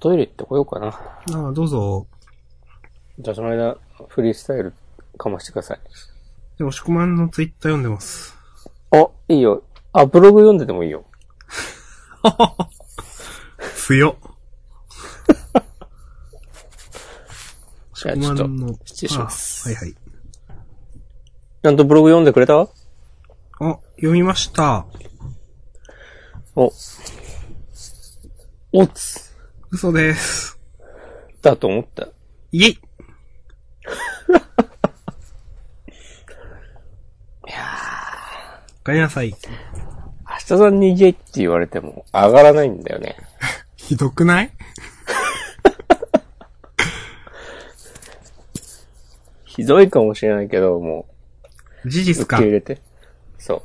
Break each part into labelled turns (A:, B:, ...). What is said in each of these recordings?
A: トイレ行ってこようかな。
B: ああ、どうぞ。
A: じゃあその間、フリースタイルかましてください。
B: で、押し込まんのツイッター読んでます。
A: あ、いいよ。あ、ブログ読んでてもいいよ。
B: 強っ。
A: じゃあちょっと
B: 押し込まんの
A: 失礼します
B: あはいはい。
A: ちゃんとブログ読んでくれた
B: あ、読みました。
A: お。おつ。
B: 嘘です。
A: だと思った。
B: イェイおかえりなさい。
A: 明日さんに言えって言われても上がらないんだよね。
B: ひどくない
A: ひどいかもしれないけど、も
B: 事
A: う、受
B: 実か
A: け。入れて。そ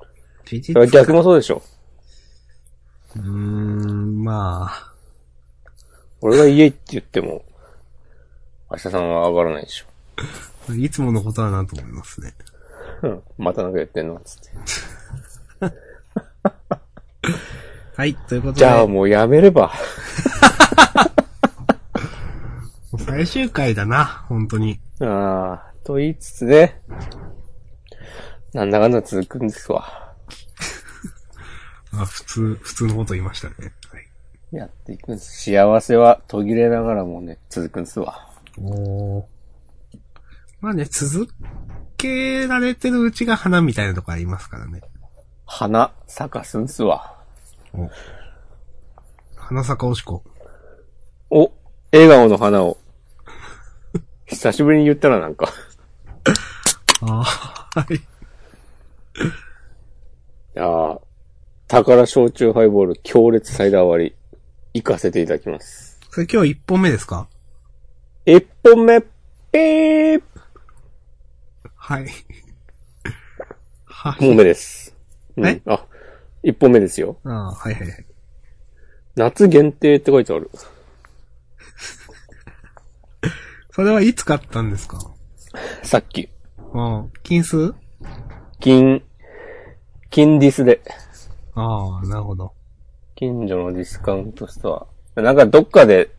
A: う。
B: 事
A: それ
B: 実
A: は逆もそうでしょ。
B: うーん、まあ。
A: 俺が言えって言っても、明日さんは上がらないでしょ。
B: いつものことだなと思いますね。
A: うん。またなんか言ってんのつって。
B: はい、ということで。
A: じゃあもうやめれば。
B: もう最終回だな、本当に。
A: ああ、と言いつつね、なんだかんだ続くんですわ。
B: あ、普通、普通のこと言いましたね。はい。
A: やっていくんです。幸せは途切れながらもね、続くんですわ。
B: おーまあね、続けられてるうちが花みたいなとこありますからね。
A: 花、咲かすんすわ。
B: お花坂おしこ。
A: お、笑顔の花を。 久しぶりに言ったらなんか、
B: ああ、はい。
A: ああ、宝焼酎ハイボール強烈サイダー割り、行かせていただきます。
B: それ今日一本目ですか
A: 一本目、ピー
B: はい。は
A: 一本目です。うん
B: え
A: あ、一本目ですよ。
B: ああ、はいはいはい。
A: 夏限定って書いてある。
B: それはいつ買ったんですか
A: さっき。
B: ああ、金数
A: 金、金ディスで。
B: ああ、なるほど。
A: 近所のディスカウントストア。なんかどっかで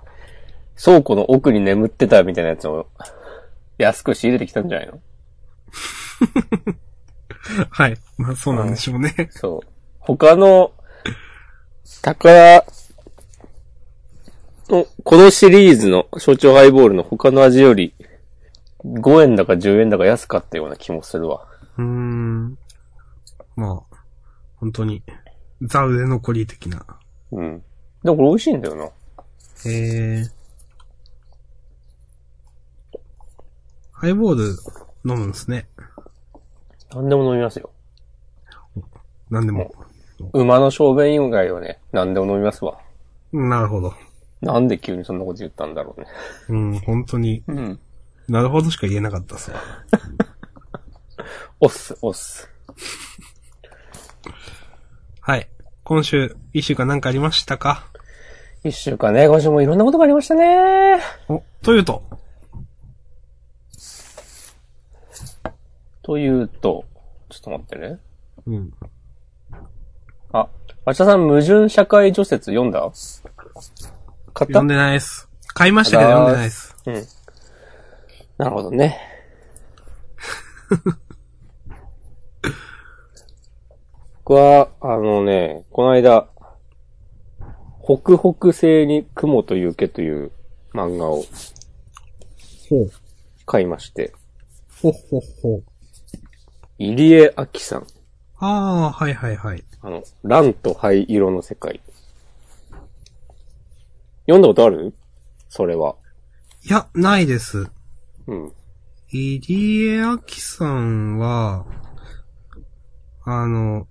A: 倉庫の奥に眠ってたみたいなやつを安く仕入れてきたんじゃないの
B: はい。まあそうなんでしょうね。
A: そう。他の宝の、このシリーズの焼酎ハイボールの他の味より5円だか10円だか安かったような気もするわ。
B: うーん。まあ、本当に、ザ・売れ残り的な。
A: うん。でもこれ美味しいんだよな。
B: えー。ハイボール飲むんですね。
A: 何でも飲みますよ。
B: なんでも。
A: 馬の小便以外はね、何でも飲みますわ。
B: なるほど。
A: なんで急にそんなこと言ったんだろうね。
B: うん、本当に、
A: うん。
B: なるほどしか言えなかったっすわ。
A: おっす、おっす。
B: はい。今週、一週間なんかありましたか
A: 一週間ね、今週もいろんなことがありましたね。
B: お、というと、
A: というと、ちょっと待ってね。
B: うん。
A: あ、明日さん、矛盾社会除雪読んだ買った
B: 読んでないっす。買いましたけど読んでないっす。
A: うん。なるほどね。 僕は、あのね、この間、北北西に雲と雪という漫画を
B: ほう。
A: 買いまして、
B: ほっほっほう。
A: 入江明さん。
B: ああ、はいはいはい。
A: あの、蘭と灰色の世界。読んだことあるそれは。
B: いや、ないです。
A: うん。
B: 入江明さんは、あの、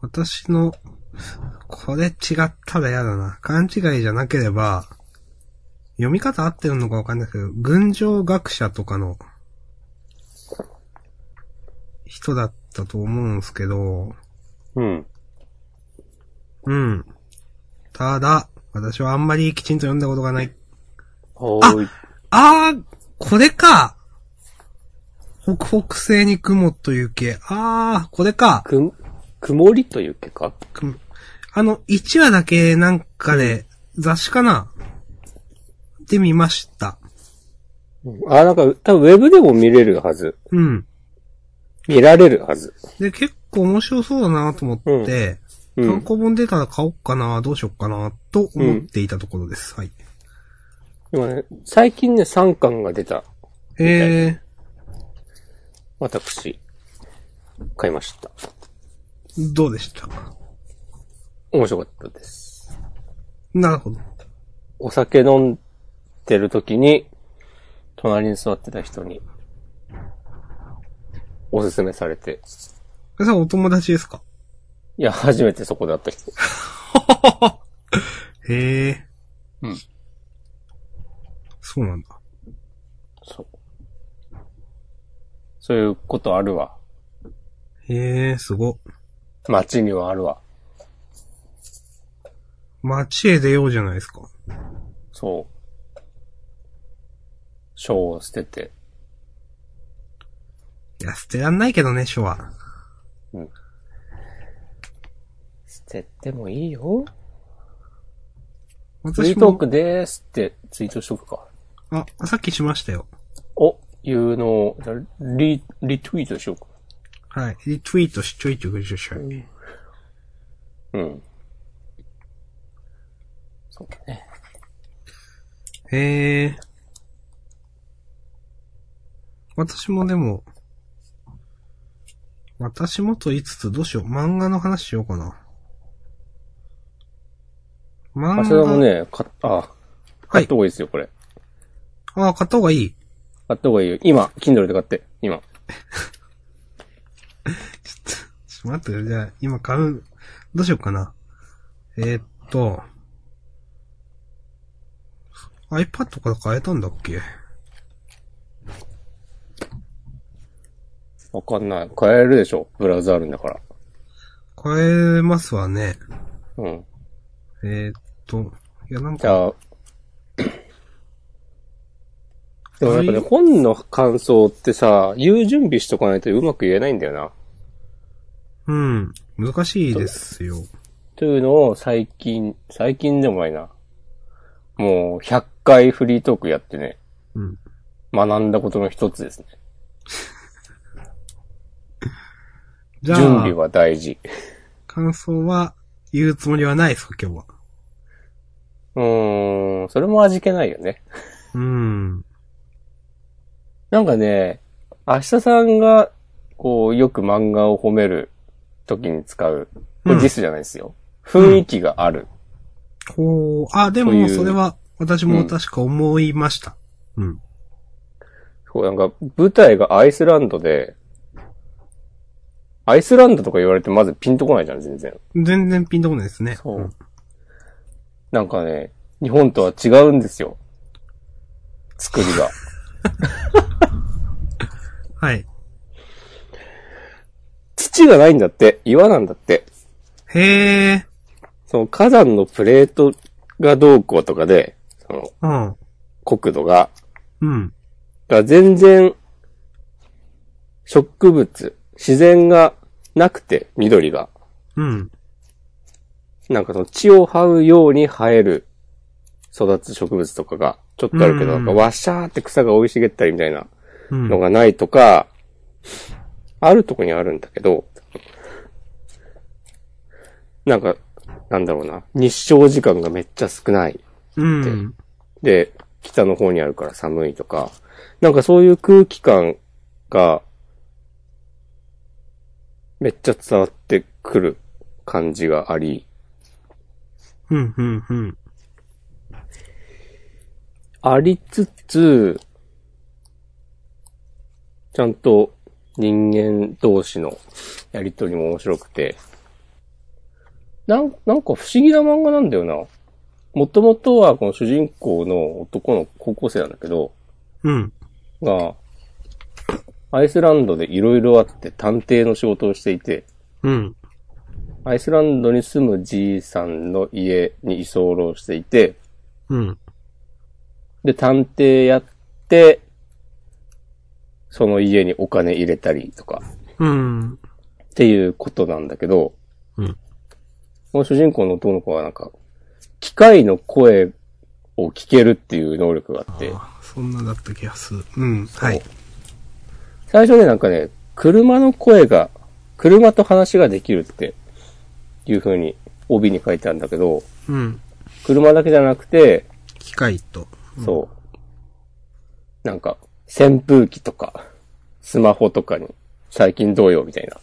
B: 私の、これ違ったら嫌だな。勘違いじゃなければ、読み方合ってるのかわかんないけど、群青学者とかの人だったと思うんですけど、
A: うん。
B: うん。ただ、私はあんまりきちんと読んだことがない
A: はーい。
B: あー、これか。北北西に雲と雪。あー、これか。
A: くん、曇りという結果
B: くあの、1話だけなんかで、雑誌かなで見ました。
A: あ、なんか、多分ウェブでも見れるはず。
B: うん。
A: 見られるはず。
B: で、結構面白そうだなと思って、
A: う
B: 単
A: ん。
B: 行本出たら買おっかな、どうしよっかな、と思っていたところです。はい。
A: でもね、最近ね、3巻が出た。
B: え
A: 私、買いました。
B: ー、どうでした
A: 面白かったです。
B: なるほど。
A: お酒飲んでる時に、隣に座ってた人に、おすすめされて、
B: えさあ、お友達ですか
A: いや、初めてそこで会った人。
B: へえ。
A: うん。
B: そうなんだ。
A: そう。そういうことあるわ。
B: へえ、すごっ。
A: 街にはあるわ。
B: 街へ出ようじゃないですか。
A: そう。賞を捨てて。
B: いや、捨てらんないけどね、書は。
A: 捨ててもいいよ。ツイー
B: 私
A: トー
B: も、
A: クでーすってツイートしとくか。
B: あ、さっきしましたよ。
A: お、いうのを、じゃあリ、リツイートしようか。
B: はい。リツイートしちょいちょいちょいちょい。
A: うん。そうだね。
B: へえ。私もでも、私もと言いつつどうしよう。漫画の話しようかな。漫
A: あ、
B: 画。
A: それもね、か、あ、
B: は
A: 買っ
B: い
A: た。方がいいですよ、これ。
B: あ、買った方がいい。
A: 買った方がいいよ。今、Kindle で買って。今。
B: ちょっと待ってよ、じゃあ、今買う、どうしようかな。えーっと、iPad から変えたんだっけ
A: わかんない。買えるでしょ。ブラウザあるんだから。
B: 変えますわね。
A: うん。
B: えーっと、いや、なん
A: じ
B: か、
A: ゃあ、でもなんかね、
B: はい
A: 本の感想ってさ、言う準備しとかないとうまく言えないんだよな。
B: うん、難しいですよ。
A: というのを最近、最近でもないな。もう、100回フリートークやってね、
B: うん。
A: 学んだことの一つですね。
B: じゃ
A: 準備
B: あ、
A: は大事。
B: 感想は言うつもりはないですか、今日は。
A: うーん、それも味気ないよね。
B: うん。
A: なんかね、明日さんが、こう、よく漫画を褒める時に使う、これ
B: うん
A: ディスじゃないですよ。雰囲気がある。
B: こう、あ、で
A: とい
B: も、
A: う
B: それは、私も確か思いました。うん。
A: こうなんか、舞台がアイスランドで、アイスランドとか言われてまずピンとこないじゃん、全然。
B: 全然ピンとこないですね。ん。
A: なんかね、日本とは違うんですよ。作りが。
B: はい。
A: 土がないんだって、岩なんだって。
B: へえ、
A: その火山のプレートがどうこうとかで、その
B: うん。
A: 国土が、
B: うん。
A: だから全然、植物、自然がなくて、緑が。
B: うん。
A: なんかその地を這うように生える、育つ植物とかが、ちょっとあるけど、
B: う
A: なんんかわしゃーって草が生い茂ったりみたいな
B: うん。
A: のがないとか、あるとこにあるんだけど、なんか、なんだろうな、日照時間がめっちゃ少ない。
B: うん。
A: で、北の方にあるから寒いとか、なんかそういう空気感が、めっちゃ伝わってくる感じがあり、
B: うん、うん、うん。
A: ありつつ、ちゃんと人間同士のやりとりも面白くて、なん、なんか不思議な漫画なんだよな。もともとはこの主人公の男の高校生なんだけど、
B: うん。
A: が、アイスランドでいろいろあって探偵の仕事をしていて、
B: うん。
A: アイスランドに住むじいさんの家に居候していて、
B: うん。
A: で、探偵やって、その家にお金入れたりとか、
B: うん。
A: っていうことなんだけど、
B: うん
A: この主人公の男の子はなんか、機械の声を聞けるっていう能力があって、
B: あそんなだった気がする。うん。はい。
A: 最初ね、なんかね、車の声が、車と話ができるっていう風に帯に書いてあるんだけど、
B: うん。
A: 車だけじゃなくて、
B: 機械と。
A: そう。なんか、扇風機とか、スマホとかに最近どうよみたいな。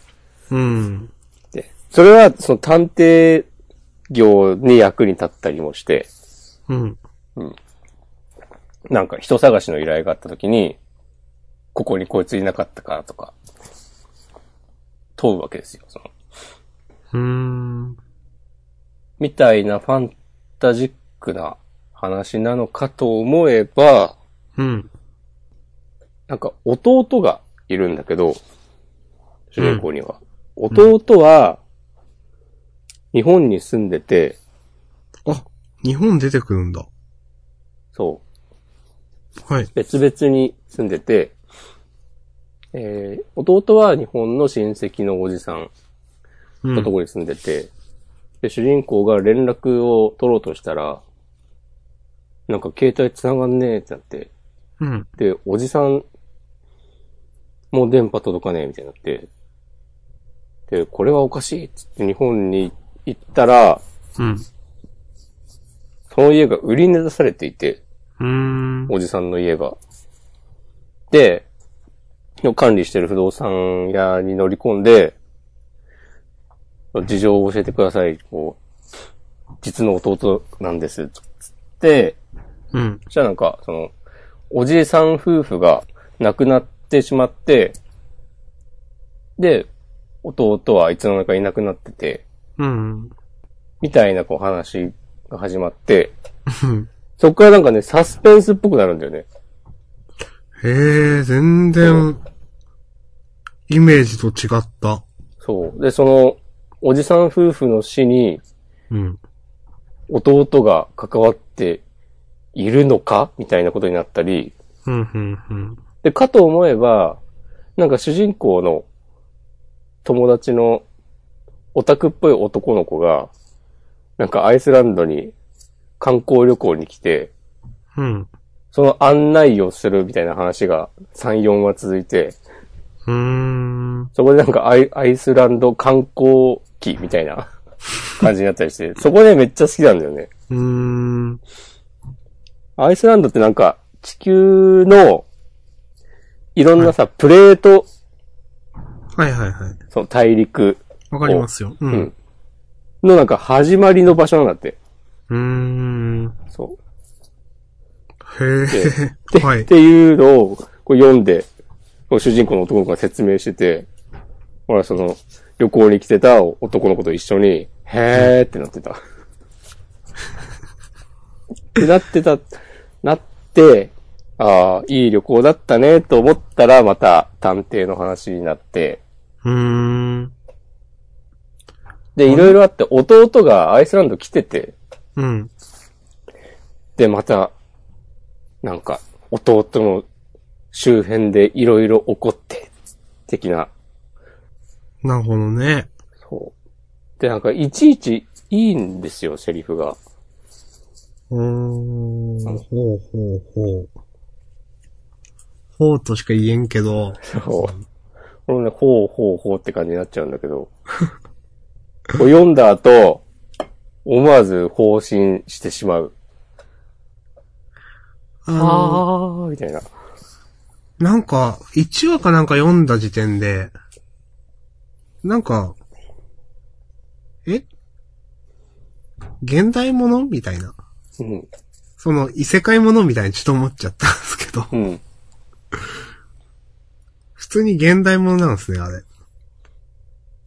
B: うん。
A: で、それはその探偵業に役に立ったりもして、
B: うん。
A: なんか人探しの依頼があった時に、ここにこいついなかったかとか、問うわけですよ。その
B: うーん。
A: みたいなファンタジックな話なのかと思えば、
B: うん。
A: なんか弟がいるんだけど、主人公には。弟は、日本に住んでて、
B: あ、日本出てくるんだ。
A: そう、
B: はい。
A: 別々に住んでて、えー、弟は日本の親戚のおじさん
B: う
A: のとこに住んでて、で、主人公が連絡を取ろうとしたら、なんか携帯繋がんねえってなって、
B: うん。
A: で、おじさんも電波届かねえみたいになって、で、これはおかしいっつって日本に行ったら、
B: うん。
A: その家が売りに出されていて、
B: うーん。
A: おじさんの家が。で、の管理してる不動産屋に乗り込んで、事情を教えてください。こう、実の弟なんです。つって、
B: うん。
A: そしたらなんか、その、おじいさん夫婦が亡くなってしまって、で、弟はいつの間にかいなくなってて、
B: うん。
A: みたいなこう話が始まって、
B: うん
A: そこからなんかね、サスペンスっぽくなるんだよね。
B: へえ、全然、イメージと違った。
A: そう。で、その、おじさん夫婦の死に
B: うん。
A: 弟が関わっているのかみたいなことになったり、
B: うん、うん、うん。
A: で、かと思えば、なんか主人公の友達のオタクっぽい男の子が、なんかアイスランドに観光旅行に来て、
B: うん。
A: その案内をするみたいな話が3、4話続いて、
B: うーん。
A: そこでなんかアイアイスランド観光機みたいな感じになったりして、そこでめっちゃ好きなんだよね。
B: うーん。
A: アイスランドってなんか、地球の、いろんなさ、プレート、
B: はいはいはい。
A: その大陸
B: わかりますよ。う
A: うん
B: ん。
A: のなんか始まりの場所なんだって。
B: うーん。
A: そ
B: へ
A: う。
B: え。
A: で
B: は
A: っ
B: い。
A: ていうのをこう読んで、こう主人公の男の子が説明してて、ほら、その、旅行に来てた男の子と一緒に、へーってなってた。ってなってた、なって、ああ、いい旅行だったね、と思ったら、また探偵の話になって、
B: うーん。
A: で、いろいろあって、弟がアイスランド来てて、
B: うん。
A: で、また、なんか、弟の周辺でいろいろ起こって、的な。
B: なるほどね。
A: そう。で、なんか、いちいちいいんですよ、セリフが。
B: うーん。ほうほうほう。ほうとしか言えんけど。
A: そう。このね、ほうほうほうって感じになっちゃうんだけど。 こう読んだ後、思わず放心してしまう。
B: あの
A: あー、みたいな。
B: なんか、1話かなんか読んだ時点で、なんか、え現代ものみたいな。
A: うん。
B: その、異世界ものみたいにちょっと思っちゃったんですけど。
A: うん。
B: 普通に現代ものなんですね、あれ。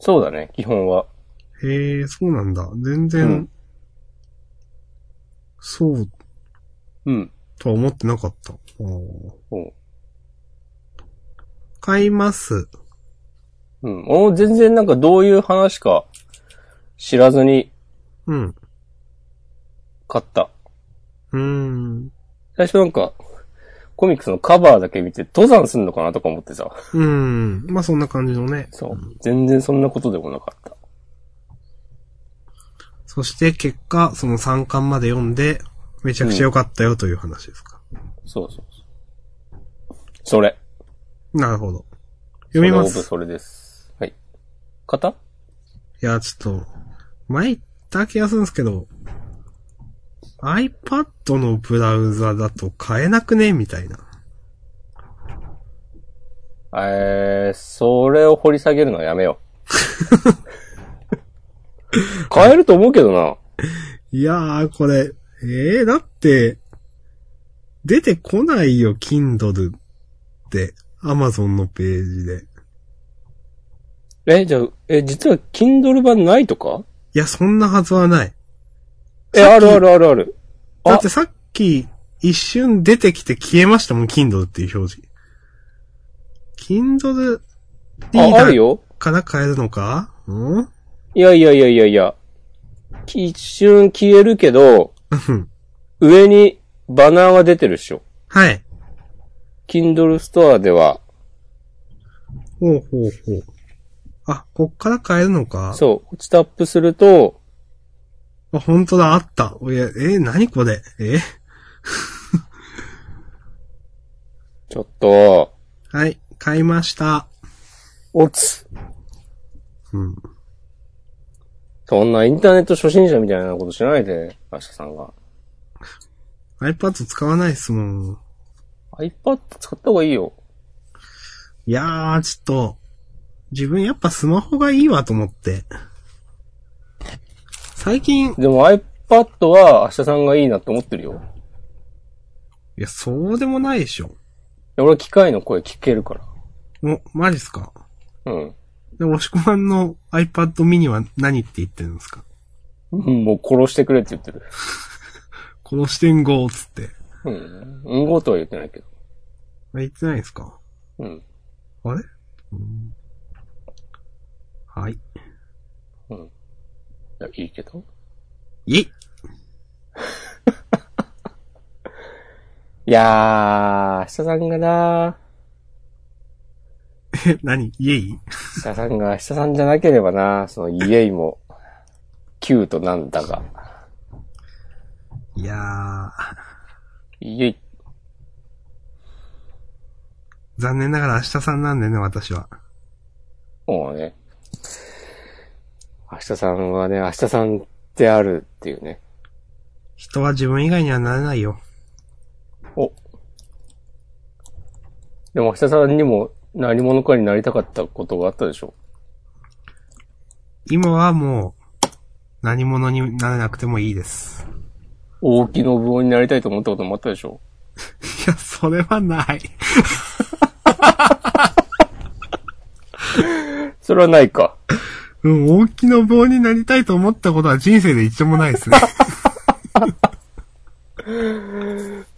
A: そうだね、基本は。
B: へえ、そうなんだ。全然、
A: うん
B: そう
A: うん。
B: とは思ってなかった。おー
A: うん。
B: 買います。
A: うん。お全然なんかどういう話か知らずに
B: うん。
A: 買った。
B: うーん。
A: 最初なんか、コミックスのカバーだけ見て、登山すんのかなとか思ってさ。
B: うーん。まあ、そんな感じのね。
A: そう。全然そんなことでもなかった。
B: そそして結果、その3巻まで読んで、めちゃくちゃ良かったよという話ですか。
A: そうそうそう。それ。
B: なるほど。読みま
A: そのオブ
B: す。
A: それです。はい。型
B: いや、ちょっと、前言った気がするんですけど、iPad のブラウザだと買えなくねみたいな。
A: えー、それを掘り下げるのはやめよ う。変えると思うけどな。
B: いやー、これ、えー、だって、出てこないよ、Kindle って、Amazon のページで。
A: え、じゃあ、え、実は Kindle 版ないとか
B: いや、そんなはずはない。
A: え、あるあるあるある。あ
B: だってさっき、一瞬出てきて消えましたもん、Kindle っていう表示。Kindle リー
A: あ、あ
B: ダ
A: る
B: ー
A: よ。
B: から買えるのかん
A: いやいやいやいやいや。き一瞬消えるけど、
B: うん
A: 上にバナーは出てるっしょ。
B: はい。
A: Kindle ストアでは、
B: ほうほうほう。あ、こっから買えるのか
A: そう、落ちタップすると、
B: あ、本当だ、あった。おや、えー、何これえ
A: ちょっと、
B: はい、買いました。
A: おつ。
B: うん。
A: そんなインターネット初心者みたいなことしないで、明日さんが。
B: iPad 使わないっすもん。
A: iPad 使った方がいいよ。
B: いやー、ちょっと、自分やっぱスマホがいいわと思って。最近、
A: でも iPad は明日さんがいいなって思ってるよ。
B: いや、そうでもないでしょ。
A: 俺は機械の声聞けるから。
B: お、マジっすか
A: うん。
B: で、押し込まんの iPad mini は何って言ってるんですか
A: うん、もう殺してくれって言ってる。
B: 殺してんごーっつって。
A: うん。うんごとは言ってないけど。
B: あ、言ってないんですか
A: うん。
B: あれ、うんはい。
A: いや、いいけど。
B: いえ
A: いやー、明日さんがな
B: え、何イエ イ
A: 明日さんが明日さんじゃなければなそのイエイも、キュートなんだが。
B: いやー、
A: イエイ。
B: 残念ながら明日さんなんでね、私は。
A: もうね。明日さんはね、明日さんであるっていうね。
B: 人は自分以外にはなれないよ。
A: お。でも明日さんにも何者かになりたかったことがあったでしょ
B: 今はもう、何者になれなくてもいいです。
A: 大木のぶおになりたいと思ったこともあったでしょ
B: いや、それはない。
A: それはないか。
B: うん、大きな棒になりたいと思ったことは人生で一度もないですね。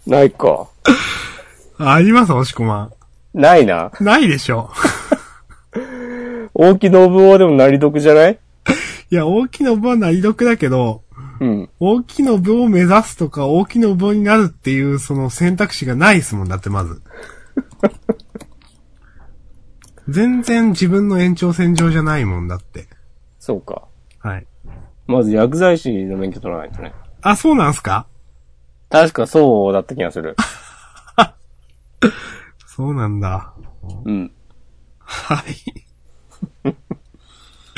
A: ないか。
B: あります、押し込ま
A: ないな。
B: ん。ないでしょ。
A: 大木のぶおでもなり得じゃない
B: いや、大きな棒はなり得だけど、
A: うん。
B: 大きな棒を目指すとか、大きな棒になるっていう、その選択肢がないですもんだって、まず。全然自分の延長線上じゃないもんだって。
A: そうか。
B: はい。
A: まず薬剤師の免許取らないとね。
B: あ、そうなんすか
A: 確かそうだった気が する。
B: そうなんだ。
A: うん。
B: はい。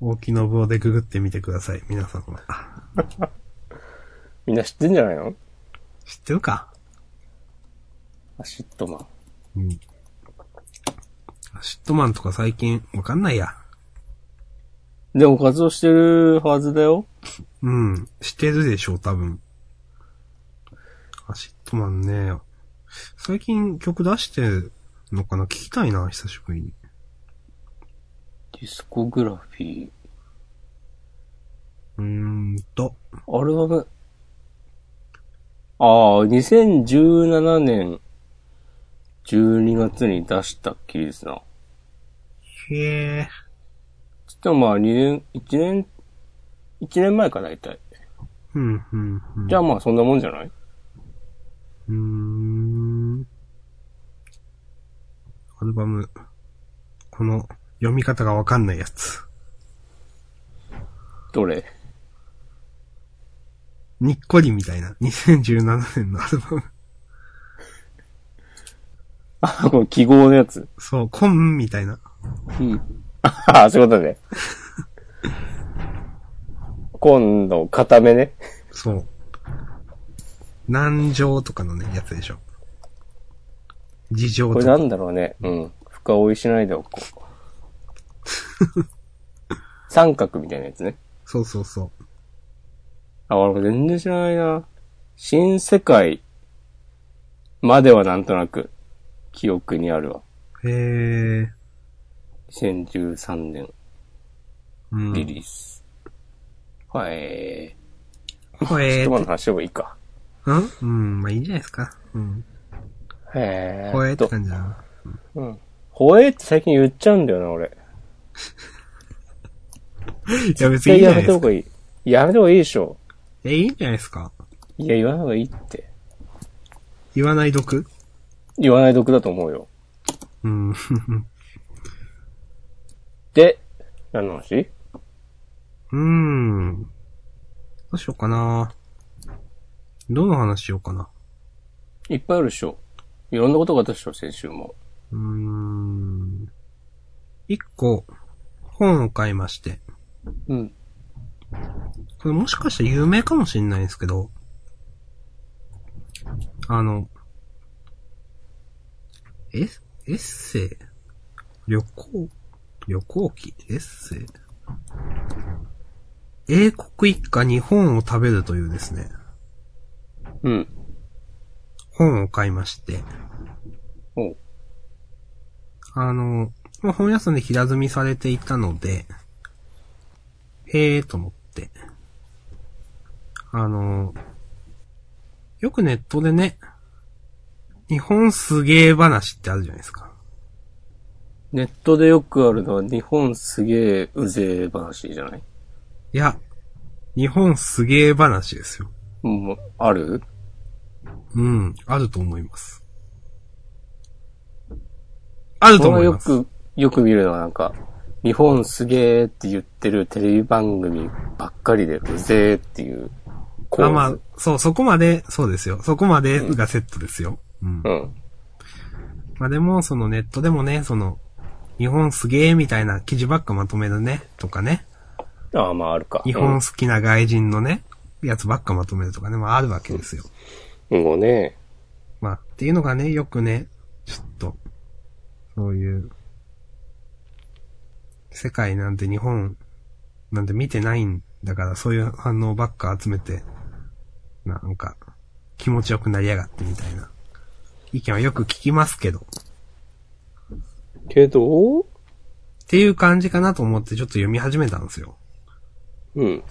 B: 大きな棒でググってみてください、皆さんは。
A: みんな知ってんじゃないの
B: 知ってるか
A: アシットマン。
B: うん。シットマンとか最近わかんないや。
A: でも活動してるはずだよ。
B: うん。知ってるでしょう、多分。アシットマンね。最近曲出してるのかな聞きたいな、久しぶりに。
A: ディスコグラフィー。
B: うーんと。
A: アルバム。ああ、2017年12月に出したっきりですな。
B: へえ。
A: つってもまあ2年、1年、1年前か大体。
B: うん、うん、うん。
A: じゃあまあそんなもんじゃないう
B: ーん。アルバム。この、読み方がわかんないやつ。
A: どれ
B: にっこりみたいな。2017年のアルバム。
A: あ、この記号のやつ。
B: そう、コンみたいな。
A: うん。ああ、そういうこと ね。今度、固めね。
B: そう。南城とかのね、やつでしょ。事情
A: ことれ
B: か。
A: なんだろうね。うん。深追いしないでおこう。 三角みたいなやつね。
B: そうそうそう。
A: あ、俺全然知らないな。新世界まではなんとなく記憶にあるわ。
B: へえ。
A: 2013年
B: う
A: リ
B: ん。
A: リース。はい。
B: ほえ
A: 一
B: ー
A: 晩
B: っ
A: の話もいいか。
B: て。んうん、まあいいんじゃないですか。うん。
A: へ
B: ほえー
A: え
B: っ
A: ってと。
B: 感じだな。
A: うん。ほえって最近言っちゃうんだよな、俺。
B: いや別
A: い
B: に
A: や、
B: いい
A: や
B: んじゃな
A: めた
B: いで
A: 方
B: すか。
A: がいい。やめた方がいいでしょ。
B: え、いいんじゃないですか。
A: いや、言わない方がいいって。
B: 言わない毒
A: 言わない毒だと思うよ。
B: うん。
A: で、何の話
B: うーん。どうしようかな。どの話しようかな。
A: いっぱいあるでしょ。いろんなことがあったでしょ、先週も。
B: うーん。一個、本を買いまして。
A: うん。
B: これもしかして有名かもしれないんですけど、あの、え、エッセイ旅行、旅行記エッセイ英国一家に本を食べるというですね、
A: うん。
B: 本を買いまして、
A: おう。
B: あの、まあ、本屋さんで平積みされていたので、へえーと思って。あの、よくネットでね、日本すげえ話ってあるじゃないですか。
A: ネットでよくあるのは日本すげえうぜえ話じゃない
B: いや、日本すげえ話ですよ。
A: もう、ある
B: うん、あると思います。あると思います。
A: 俺はよく、よく見るのはなんか、日本すげえって言ってるテレビ番組ばっかりでうぜえっていう構図。
B: あ、まあ、そう、そこまで、そうですよ。そこまでがセットですよ。うん
A: うん。
B: まあでも、そのネットでもね、その、日本すげえみたいな記事ばっかまとめるね、とかね。
A: ああ、まああるか。
B: 日本好きな外人のね、やつばっかまとめるとかね、まああるわけですよ。
A: うん。もうね、
B: まあ、っていうのがね、よくね、ちょっと、そういう、世界なんて日本なんて見てないんだから、そういう反応ばっか集めて、なんか、気持ちよくなりやがってみたいな、意見はよく聞きますけど。
A: けど、
B: っていう感じかなと思ってちょっと読み始めたんですよ。
A: うん。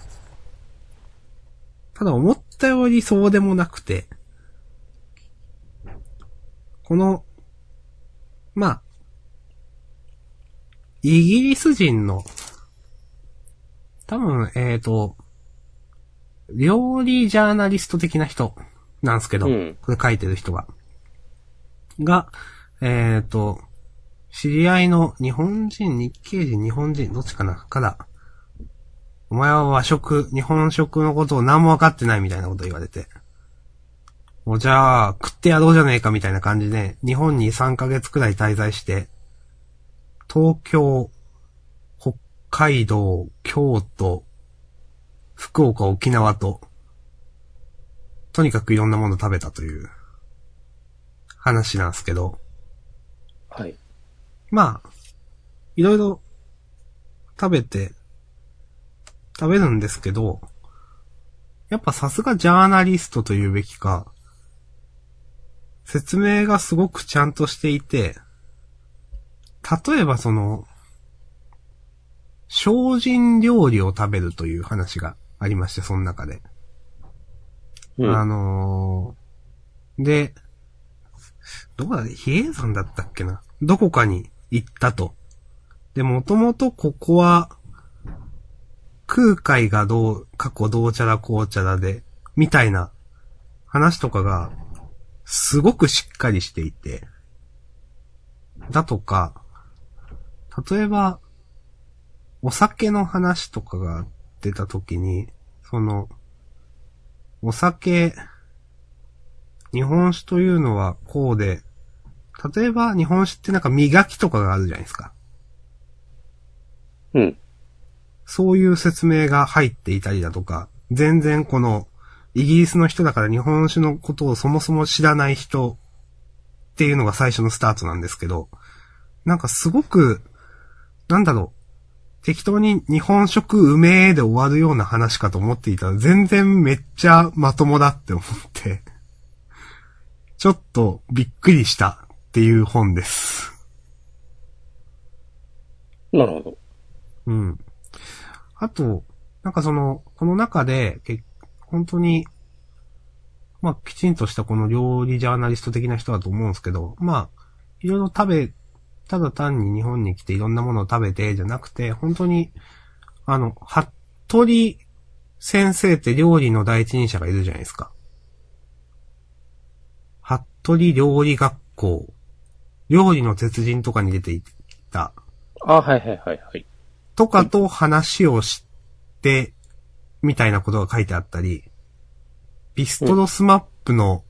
B: ただ思ったよりそうでもなくて、この、まあ、イギリス人の、多分、えっ、と、料理ジャーナリスト的な人なんですけど、
A: うん
B: これ書いてる人が。が、えっ、と、知り合いの日本人、日系人、日本人、どっちかなから、お前は和食、日本食のことを何も分かってないみたいなこと言われて。もうじゃあ、食ってやろうじゃねえかみたいな感じで、日本に3ヶ月くらい滞在して、東京、北海道、京都、福岡、沖縄と、とにかくいろんなもの食べたという、話なんですけど。
A: はい。
B: まあ、いろいろ食べて、食べるんですけど、やっぱさすがジャーナリストというべきか、説明がすごくちゃんとしていて、例えばその、精進料理を食べるという話がありまして、その中で。
A: うん。
B: あのー、で、どこだ、比叡山だったっけなどこかに行ったと。で、もともとここは、空海がどう、過去どうちゃらこうちゃらで、みたいな話とかが、すごくしっかりしていて、だとか、例えば、お酒の話とかがあっってた時に、その、お酒、日本酒というのはこうで、例えば日本酒ってなんか磨きとかがあるじゃないですか。
A: うん。
B: そういう説明が入っていたりだとか、全然この、イギリスの人だから日本酒のことをそもそも知らない人っていうのが最初のスタートなんですけど、なんかすごく、なんだろう、適当に日本食うめえで終わるような話かと思っていたら、全然めっちゃまともだって思って、ちょっとびっくりしたっていう本です。
A: なるほど。
B: うん。あと、なんかその、この中で、け本当に、まあ、きちんとしたこの料理ジャーナリスト的な人だと思うんですけど、まあ、いろいろ食べ、ただ単に日本に来ていろんなものを食べて、じゃなくて、本当に、あの、服部先生って料理の第一人者がいるじゃないですか。服部料理学校、料理の鉄人とかに出ていた、
A: あ、はいはいはいはい。
B: とかと話をして、みたいなことが書いてあったり、ビストロスマップの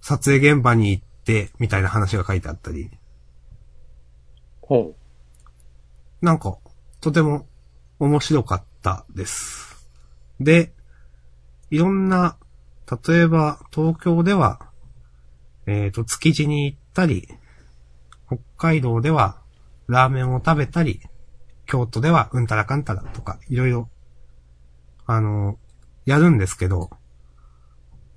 B: 撮影現場に行って、みたいな話が書いてあったり、
A: ほ
B: なんか、とても面白かったです。で、いろんな、例えば東京では、えっ、と、築地に行ったり、北海道ではラーメンを食べたり、京都ではうんたらかんたらとか、いろいろ、あの、やるんですけど、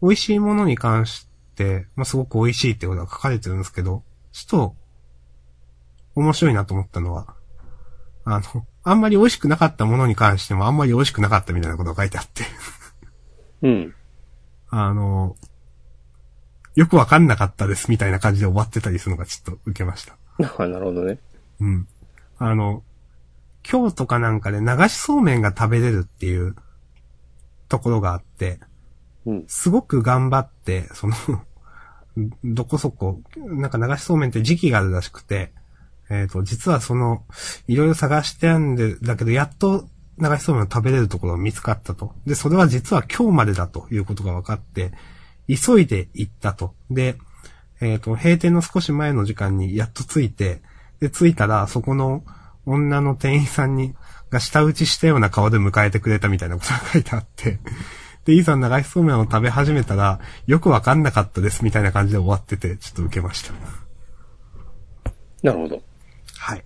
B: 美味しいものに関して、まあ、すごく美味しいってことが書かれてるんですけど、ちょっと、面白いなと思ったのは、あの、あんまり美味しくなかったものに関してもあんまり美味しくなかったみたいなことが書いてあって、
A: う。うん。
B: あの、よくわかんなかったですみたいな感じで終わってたりするのがちょっと受けました。
A: あなるほどね。
B: うん。あの、京都かなんかで流しそうめんが食べれるっていうところがあって、
A: うん。
B: すごく頑張って、その、どこそこ、なんか流しそうめんって時期があるらしくて、えっ、と、実はその、いろいろ探してあるんで、だけど、やっと流しそうめんを食べれるところが見つかったと。で、それは実は今日までだということが分かって、急いで行ったと。で、えっ、と、閉店の少し前の時間にやっと着いて、で、着いたら、そこの女の店員さんに、が舌打ちしたような顔で迎えてくれたみたいなことが書いてあって、で、いざ流しそうめんを食べ始めたら、よくわかんなかったですみたいな感じで終わってて、ちょっと受けました。
A: なるほど。
B: はい。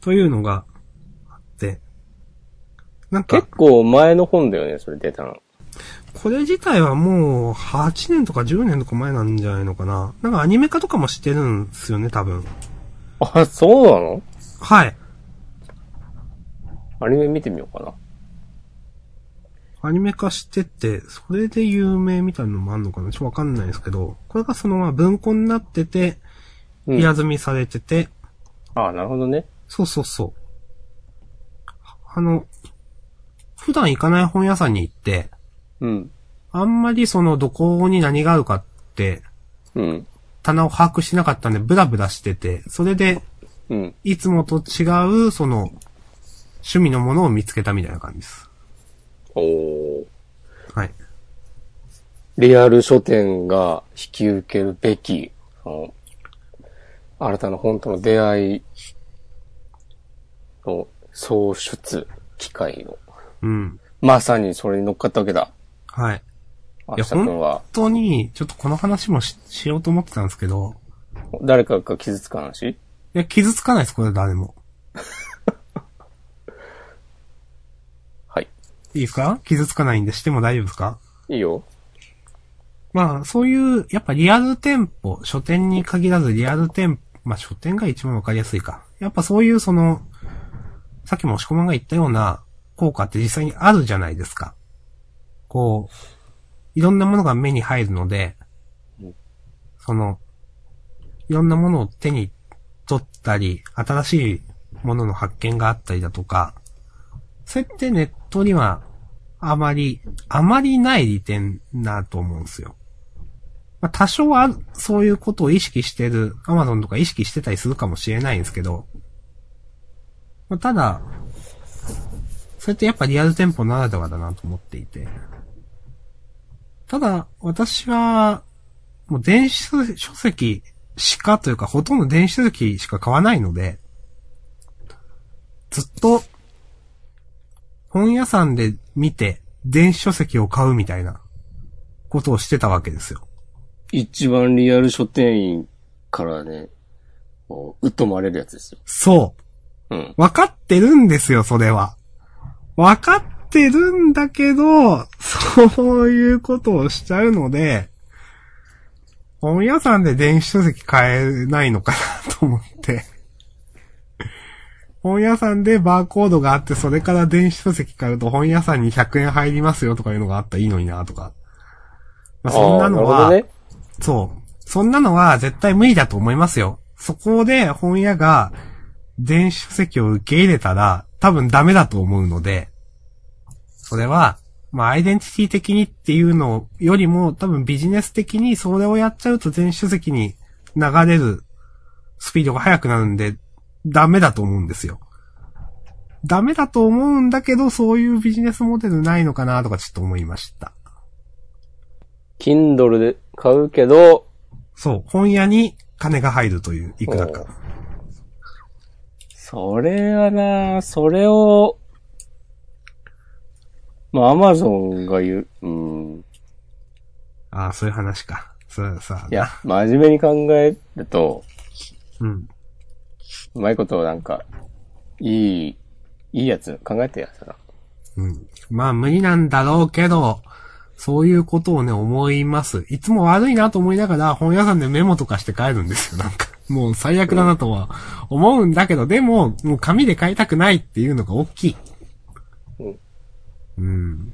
B: というのがあって、なんか
A: 結、構前の本だよね、それ出たの。
B: これ自体はもう8年とか10年とか前なんじゃないのかな。なんかアニメ化とかもしてるんですよね、多分。
A: あ、そうなの
B: はい。
A: アニメ見てみようかな。
B: アニメ化してて、それで有名みたいなのもあんのかなちょっとわかんないですけど、これがそのまま文庫になってて、
A: うん。
B: 平積みされてて、
A: あ、なるほどね。
B: そうそうそう。あの、普段行かない本屋さんに行って、
A: うん。
B: あんまりそのどこに何があるかって、
A: うん。
B: 棚を把握してなかったんでブラブラしてて、それで、
A: うん。
B: いつもと違う、その、趣味のものを見つけたみたいな感じです。
A: おー。
B: はい。
A: リアル書店が引き受けるべき、その、新たな本との出会いの創出機会の、
B: うん。
A: まさにそれに乗っかったわけだ。
B: はい。
A: あ
B: いや
A: したくんは、
B: 本当に、ちょっとこの話もししようと思ってたんですけど、
A: 誰かが傷つく話
B: いや、傷つかないです、これ誰も。
A: はい。
B: いいですか傷つかないんでしても大丈夫ですか
A: いいよ。
B: まあ、そういう、やっぱリアル店舗、書店に限らずリアル店舗、まあ書店が一番わかりやすいか。やっぱそういうその、さっきも押し込まんが言ったような効果って実際にあるじゃないですか。こう、いろんなものが目に入るので、その、いろんなものを手に取ったり、新しいものの発見があったりだとか、そうやってネットにはあまり、あまりない利点だと思うんですよ。まあ、多少はそういうことを意識してる、アマゾンとか意識してたりするかもしれないんですけど、まあ、ただ、それってやっぱリアル店舗ならではだなと思っていて。ただ、私は、もう電子書籍しかというか、ほとんど電子書籍しか買わないので、ずっと、本屋さんで見て、電子書籍を買うみたいな、ことをしてたわけですよ。
A: 一番リアル書店員からね、こう、うっとまれるやつですよ。
B: そう。
A: うん。
B: わかってるんですよ、それは。わかってるんだけど、そういうことをしちゃうので、本屋さんで電子書籍買えないのかなと思って。本屋さんでバーコードがあって、それから電子書籍買うと本屋さんに100円入りますよとかいうのがあったらいいのになとか。まあ、そんなの
A: あー
B: は、
A: なるほどね。
B: そう。そんなのは絶対無理だと思いますよ。そこで本屋が電子書籍を受け入れたら多分ダメだと思うので、それは、まあ、アイデンティティ的にっていうのよりも多分ビジネス的にそれをやっちゃうと電子書籍に流れるスピードが速くなるんでダメだと思うんですよ。ダメだと思うんだけど、そういうビジネスモデルないのかなとかちょっと思いました。
A: Kindle で買うけど、
B: そう、本屋に金が入るという、いくらか。
A: それはな、それを、まあ、アマゾンが言う、うん。
B: ああ、そういう話か。そうさ。
A: いや、真面目に考えると、
B: うん。
A: うまいことなんか、いい、いいやつ考えてやつだな。
B: うん。まあ、無理なんだろうけど、そういうことをね、思います。いつも悪いなと思いながら、本屋さんでメモとかして帰るんですよ、なんか。もう最悪だなとは思うんだけど、でも、もう紙で買いたくないっていうのが大きい。うん。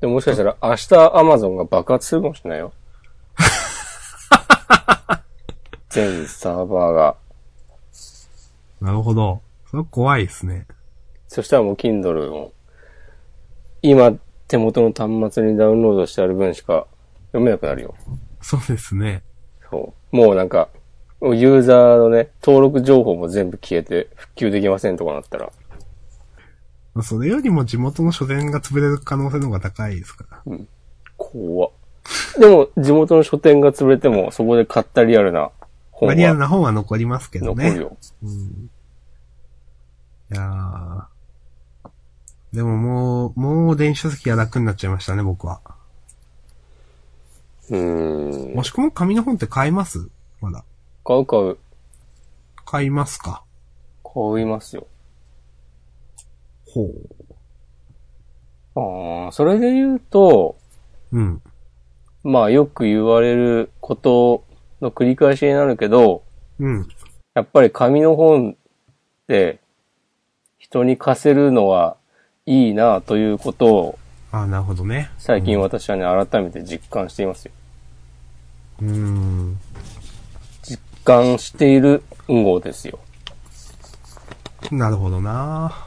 A: でももしかしたら明日アマゾンが爆発するかもしれない よ。全サーバーが。
B: なるほど。それは怖いですね。
A: そしたらもう Kindle も、今手元の端末にダウンロードしてある分しか読めなくなるよ。
B: そうですね。
A: そう。もうなんか、ユーザーのね、登録情報も全部消えて復旧できませんとかなったら、
B: まあそれよりも地元の書店が潰れる可能性の方が高いですから。
A: 怖っでも、地元の書店が潰れても、そこで買ったリアルな本
B: マリアル
A: は
B: な本は残りますけどね。
A: 残るよ。
B: いやーでももう、もう電子書籍が楽になっちゃいましたね、僕は。
A: うーん。
B: もしくも紙の本って買いますまだ。
A: 買う買う、
B: 買いますか
A: 買いますよ。
B: ほう。
A: ああ、それで言うと、
B: うん。
A: まあよく言われることの繰り返しになるけど、
B: うん。
A: やっぱり紙の本って人に貸せるのはいいなということを
B: あーなるほどね。
A: 最近私はね、改めて実感していますよ。
B: うーん。
A: 実感している運動ですよ。
B: なるほどな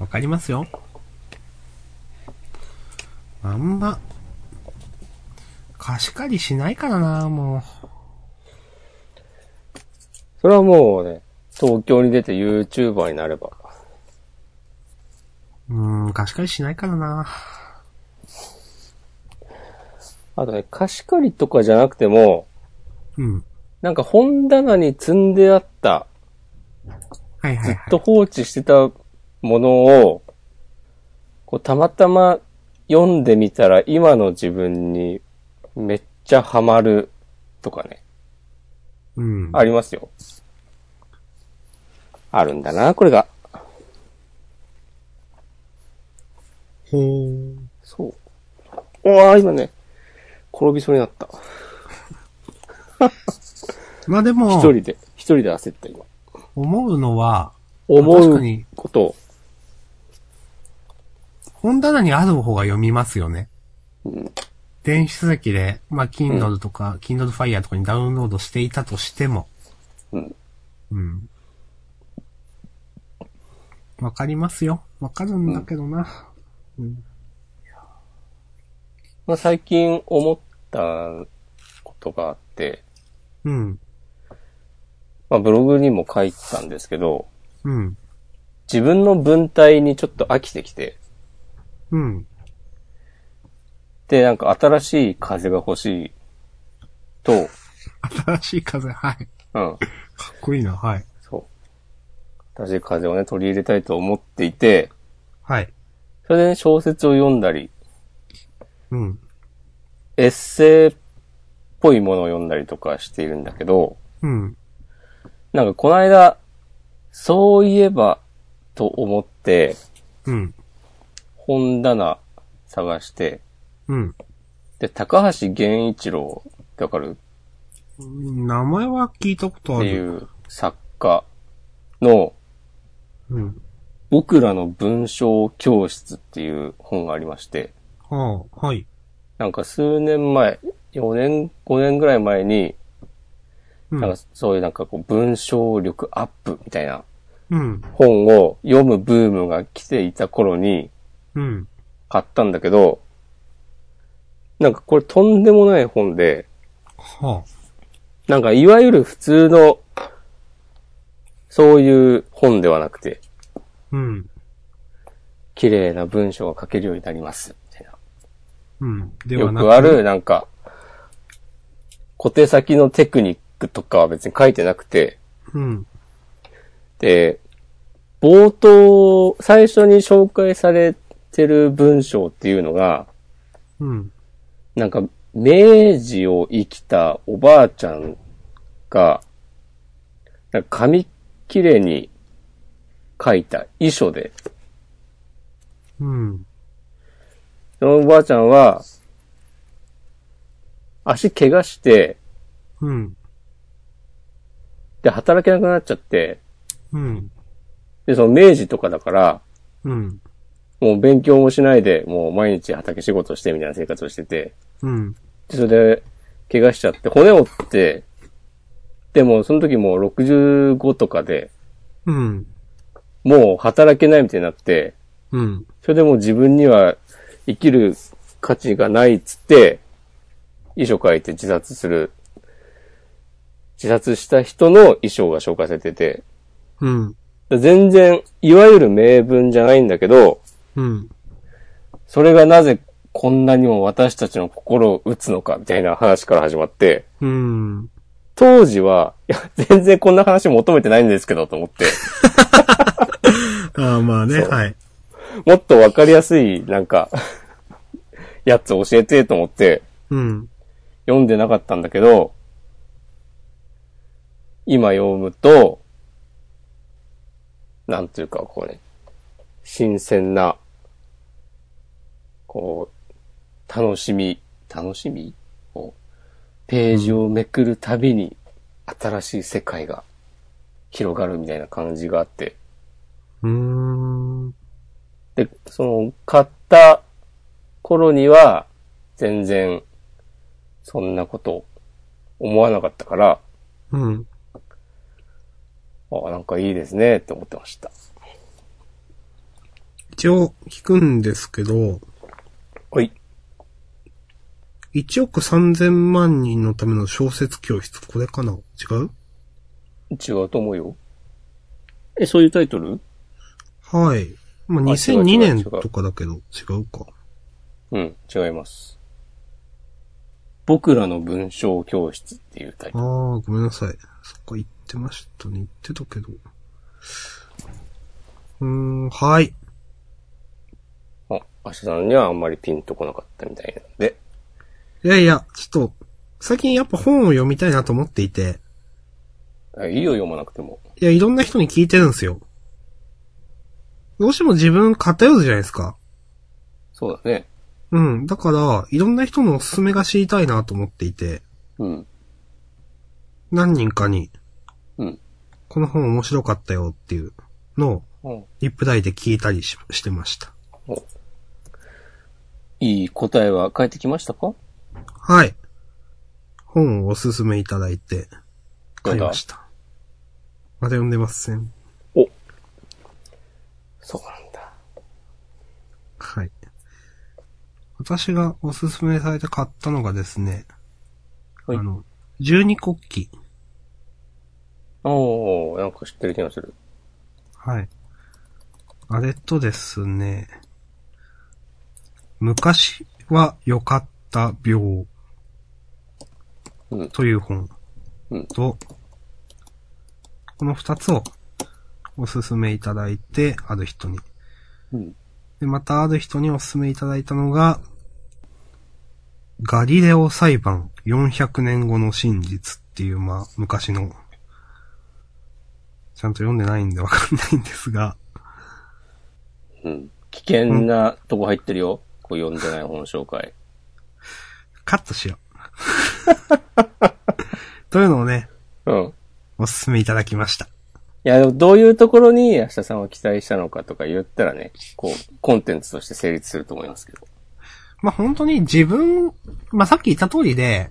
B: わかりますよ。あんま、貸し借りしないからなも
A: それはもうね、東京に出て YouTuber になれば。
B: う。うーん、貸し借りしないからな
A: あとね、貸し借りとかじゃなくても、
B: うん。
A: なんか本棚に積んであった
B: はいはいはい。
A: ずっと放置してたものを、こう、たまたま読んでみたら今の自分にめっちゃハマるとかね、
B: うん。
A: ありますよ。あるんだな、これが。
B: ほう。
A: そう。うわあ、今ね、転びそうになった。
B: まあでも、
A: 一人で、一人で焦った今。
B: 思うのは、
A: 思
B: 確か
A: う
B: に
A: ことを。
B: 本棚にある方が読みますよね。電子書籍で、まあ、Kindle とか、Kindle Fire とかにダウンロードしていたとしても。
A: うん。
B: うん。わかりますよ。わかるんだけどな。
A: まあ、最近思ったことがあって、
B: うん。
A: まあ、ブログにも書いてたんですけど、
B: うん。
A: 自分の文体にちょっと飽きてきて、
B: うん。
A: で、なんか新しい風が欲しいと、
B: 新しい風、はい。
A: うん。
B: かっこいいな、はい。
A: そう。新しい風をね、取り入れたいと思っていて、
B: はい。
A: それで、ね、小説を読んだり、
B: うん。
A: エッセイっぽいものを読んだりとかしているんだけど、
B: うん。
A: なんかこの間、そういえば、と思って、
B: うん。
A: 本棚探して、
B: うん。
A: で、高橋源一郎ってわかる
B: 名前は聞いたこと
A: っ
B: あ
A: てい
B: る。
A: う作家の、
B: うん。
A: 僕らの文章教室っていう本がありまして、
B: はあ、はい。
A: なんか数年前、4年、5年ぐらい前に、
B: うん。
A: なんかそういうなんかこう文章力アップみたいな
B: うん。
A: 本を読むブームが来ていた頃に
B: うん。
A: 買ったんだけど、なんかこれとんでもない本で、
B: は
A: なんかいわゆる普通の、そういう本ではなくて、
B: あ。うん。
A: 綺麗な文章が書けるようになります。みたいな
B: うん。で
A: よ
B: はなく。
A: くある、なんか、小手先のテクニックとかは別に書いてなくて、
B: うん。
A: で、冒頭、最初に紹介されてる文章っていうのが、
B: うん。
A: なんか、明治を生きたおばあちゃんが、なんか紙切れに書いた遺書で、
B: うん。
A: そのおばあちゃんは、足怪我して、
B: うん。
A: で、働けなくなっちゃって、
B: うん。
A: で、その明治とかだから、
B: うん。
A: もう勉強もしないで、もう毎日畑仕事してみたいな生活をしてて、
B: うん。
A: でそれで、怪我しちゃって、骨折って、でも、その時もう65とかで、
B: うん。
A: もう働けないみたいになって、
B: うん。
A: それでもう自分には生きる価値がないっつって、遺書書いて自殺する。自殺した人の遺書が紹介されてて、
B: うん。
A: 全然、いわゆる名文じゃないんだけど、
B: うん。
A: それがなぜこんなにも私たちの心を打つのかみたいな話から始まって、
B: うん。
A: 当時は、いや、全然こんな話求めてないんですけどと思って、
B: ああ、まあね、はい。
A: もっとわかりやすい、なんか、やつ教えてと思って、
B: うん。
A: 読んでなかったんだけど、今読むと、なんていうか、こうね、新鮮な、こう、楽しみ、楽しみこうページをめくるたびに、新しい世界が広がるみたいな感じがあって、
B: うーん。
A: で、その、買った頃には、全然、そんなこと、思わなかったから、
B: うん。
A: あなんかいいですね、って思ってました。
B: 一応、聞くんですけど、
A: はい。
B: 1億3000万人のための小説教室、これかな違う
A: 違うと思うよ。え、そういうタイトル
B: はい。まあ、
A: あ違う
B: 2002
A: 違う違
B: 年
A: う
B: とかだけど、違うか。
A: うん、違います。僕らの文章教室っていうタイ
B: あ
A: トル。
B: あ、ごめんなさい。そっか、言ってましたね。言ってたけど。うーん、はい。
A: あ、明日さんにはあんまりピンとこなかったみたいなんで。
B: いやいや、ちょっと、最近やっぱ本を読みたいなと思っていて、
A: あいいよ、読まなくても。
B: いや、いろんな人に聞いてるんですよ。どうしても自分偏るじゃないですか。
A: そうだね。
B: うん。だから、いろんな人のおすすめが知りたいなと思っていて、
A: うん、
B: 何人かに、
A: うん。
B: この本面白かったよっていうのを、
A: うん
B: リプライで聞いたりししてました。
A: いい答えは返ってきましたか
B: はい。本をおすすめいただいて、買いました。まだ読んでません。
A: そうなんだ。
B: はい。私がおすすめされて買ったのがですね、
A: はい
B: あの、十二国旗。
A: おー、なんか知ってる気がする。
B: はい。あれとですね、昔は良かった病
A: うん
B: という本
A: うん
B: と、この二つをおすすめいただいて、ある人に。
A: うん。
B: で、またある人にお勧めいただいたのが、ガリレオ裁判400年後の真実っていう、まあ、昔の、ちゃんと読んでないんでわかんないんですが、
A: うん。危険なとこ入ってるよ。こう読んでない本紹介。
B: カットしよう。 というのをね、
A: うん。
B: お勧めいただきました。
A: いや、でもどういうところに明日さんは期待したのかとか言ったらね、こう、コンテンツとして成立すると思いますけど。
B: まあ、本当に自分、まあ、さっき言った通りで、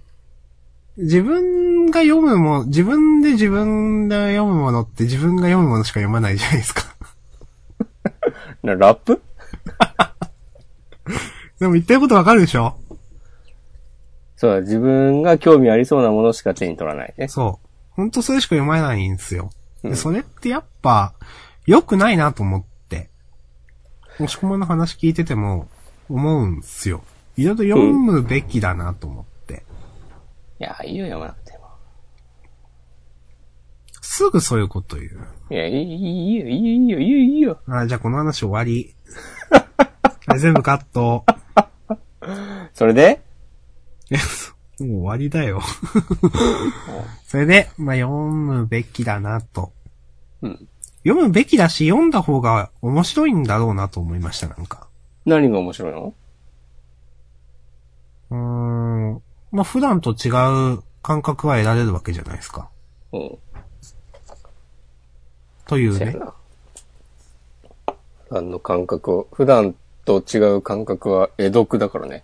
B: 自分が読むも、自分で自分で読むものって自分が読むものしか読まないじゃないですか。
A: なラップ
B: でも言ってることわかるでしょ
A: そうだ、自分が興味ありそうなものしか手に取らないね。
B: そう。ほんとそれしか読まないんですよ。で
A: うん
B: それってやっぱ、良くないなと思って。もしこまの話聞いてても、思うんすよ。いろいろ読むべきだなと思って。
A: いや、いいよ、読まなくても。
B: すぐそういうこと言う。
A: いや、いいいいよ、いいよ、いいよ、いいよ。
B: あ、じゃあこの話終わり。 はい全部カット。
A: それで
B: えそうもう終わりだよ。 それで、まあ、読むべきだなと。
A: うん。
B: 読むべきだし、読んだ方が面白いんだろうなと思いました、なんか。
A: 何が面白いの
B: うーん。まあ、普段と違う感覚は得られるわけじゃないですか。
A: うん。
B: という
A: せや
B: ね。
A: な。普段の感覚を、普段と違う感覚は江戸区だからね。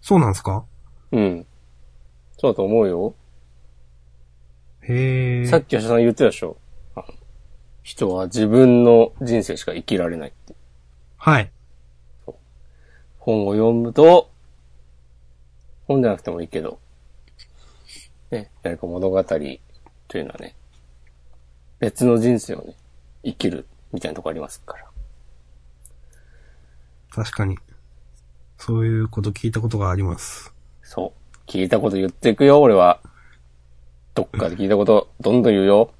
B: そうなんですか
A: うん。そうだと思うよ。
B: へえ。
A: さっき吉田さん言ってたでしょ。あの人は自分の人生しか生きられないって。
B: はい。
A: 本を読むと、本じゃなくてもいいけど、ね、誰か物語というのはね、別の人生をね、生きるみたいなとこありますから。
B: 確かに。そういうこと聞いたことがあります。
A: そう。聞いたこと言っていくよ、俺は。どっかで聞いたこと、どんどん言うよ。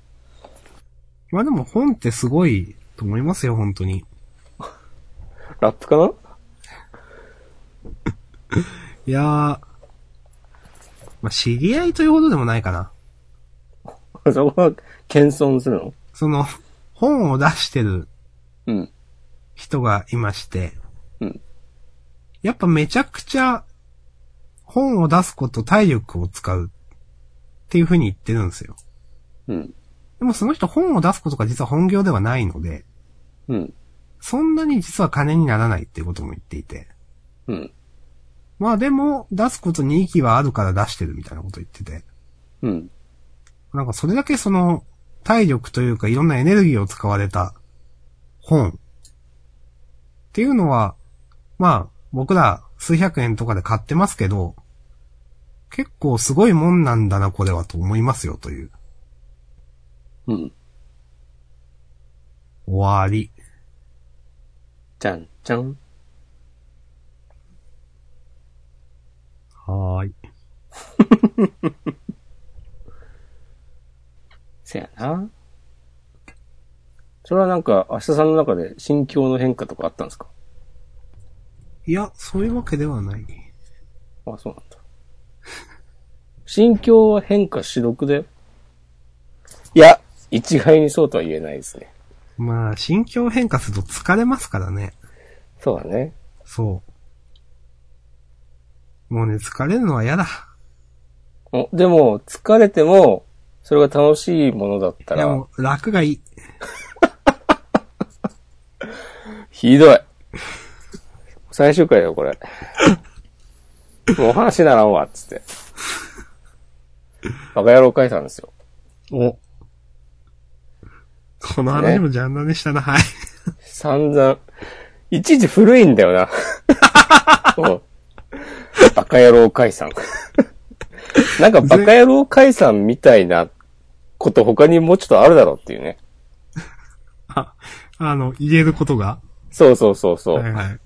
B: まあでも本ってすごいと思いますよ、本当に。
A: ラップかない
B: やー。まあ知り合いというほどでもないかな。
A: そこは謙遜するの
B: その、本を出してる
A: うん。
B: 人がいまして。
A: うん
B: やっぱめちゃくちゃ、本を出すこと体力を使うっていう風に言ってるんですよ。
A: うん。
B: でもその人本を出すことが実は本業ではないので、
A: うん。
B: そんなに実は金にならないっていうことも言っていて。
A: うん。
B: まあでも、出すことに息はあるから出してるみたいなこと言ってて。
A: うん。
B: なんかそれだけその、体力というかいろんなエネルギーを使われた本っていうのは、まあ僕ら数百円とかで買ってますけど、結構すごいもんなんだなこれはと思いますよという。
A: うん。
B: 終わり。
A: じゃん、じゃん。
B: はーい。
A: せやな。それはなんか、明日さんの中で心境の変化とかあったんですか
B: いや、そういうわけではない。
A: あ、そうなんだ。心境は変化しろくだよ。いや、一概にそうとは言えないですね。
B: まあ、心境変化すると疲れますからね。
A: そうだね。
B: そう。もうね、疲れるのは嫌だ。
A: おでも、疲れても、それが楽しいものだった
B: で
A: ら、
B: も、楽がいい。
A: ひどい。最終回だよ、これ。もうお話ならんわ、つって。バカ野郎解散ですよ。
B: お。この話もジャンダンでしたな、はい。
A: 散々。いちいち古いんだよ な。そうバカ野郎解散。なんかバカ野郎解散みたいなこと他にもうちょっとあるだろうっていうね。
B: あ、あの、言えることが。
A: そうそうそうそう。
B: はいはい。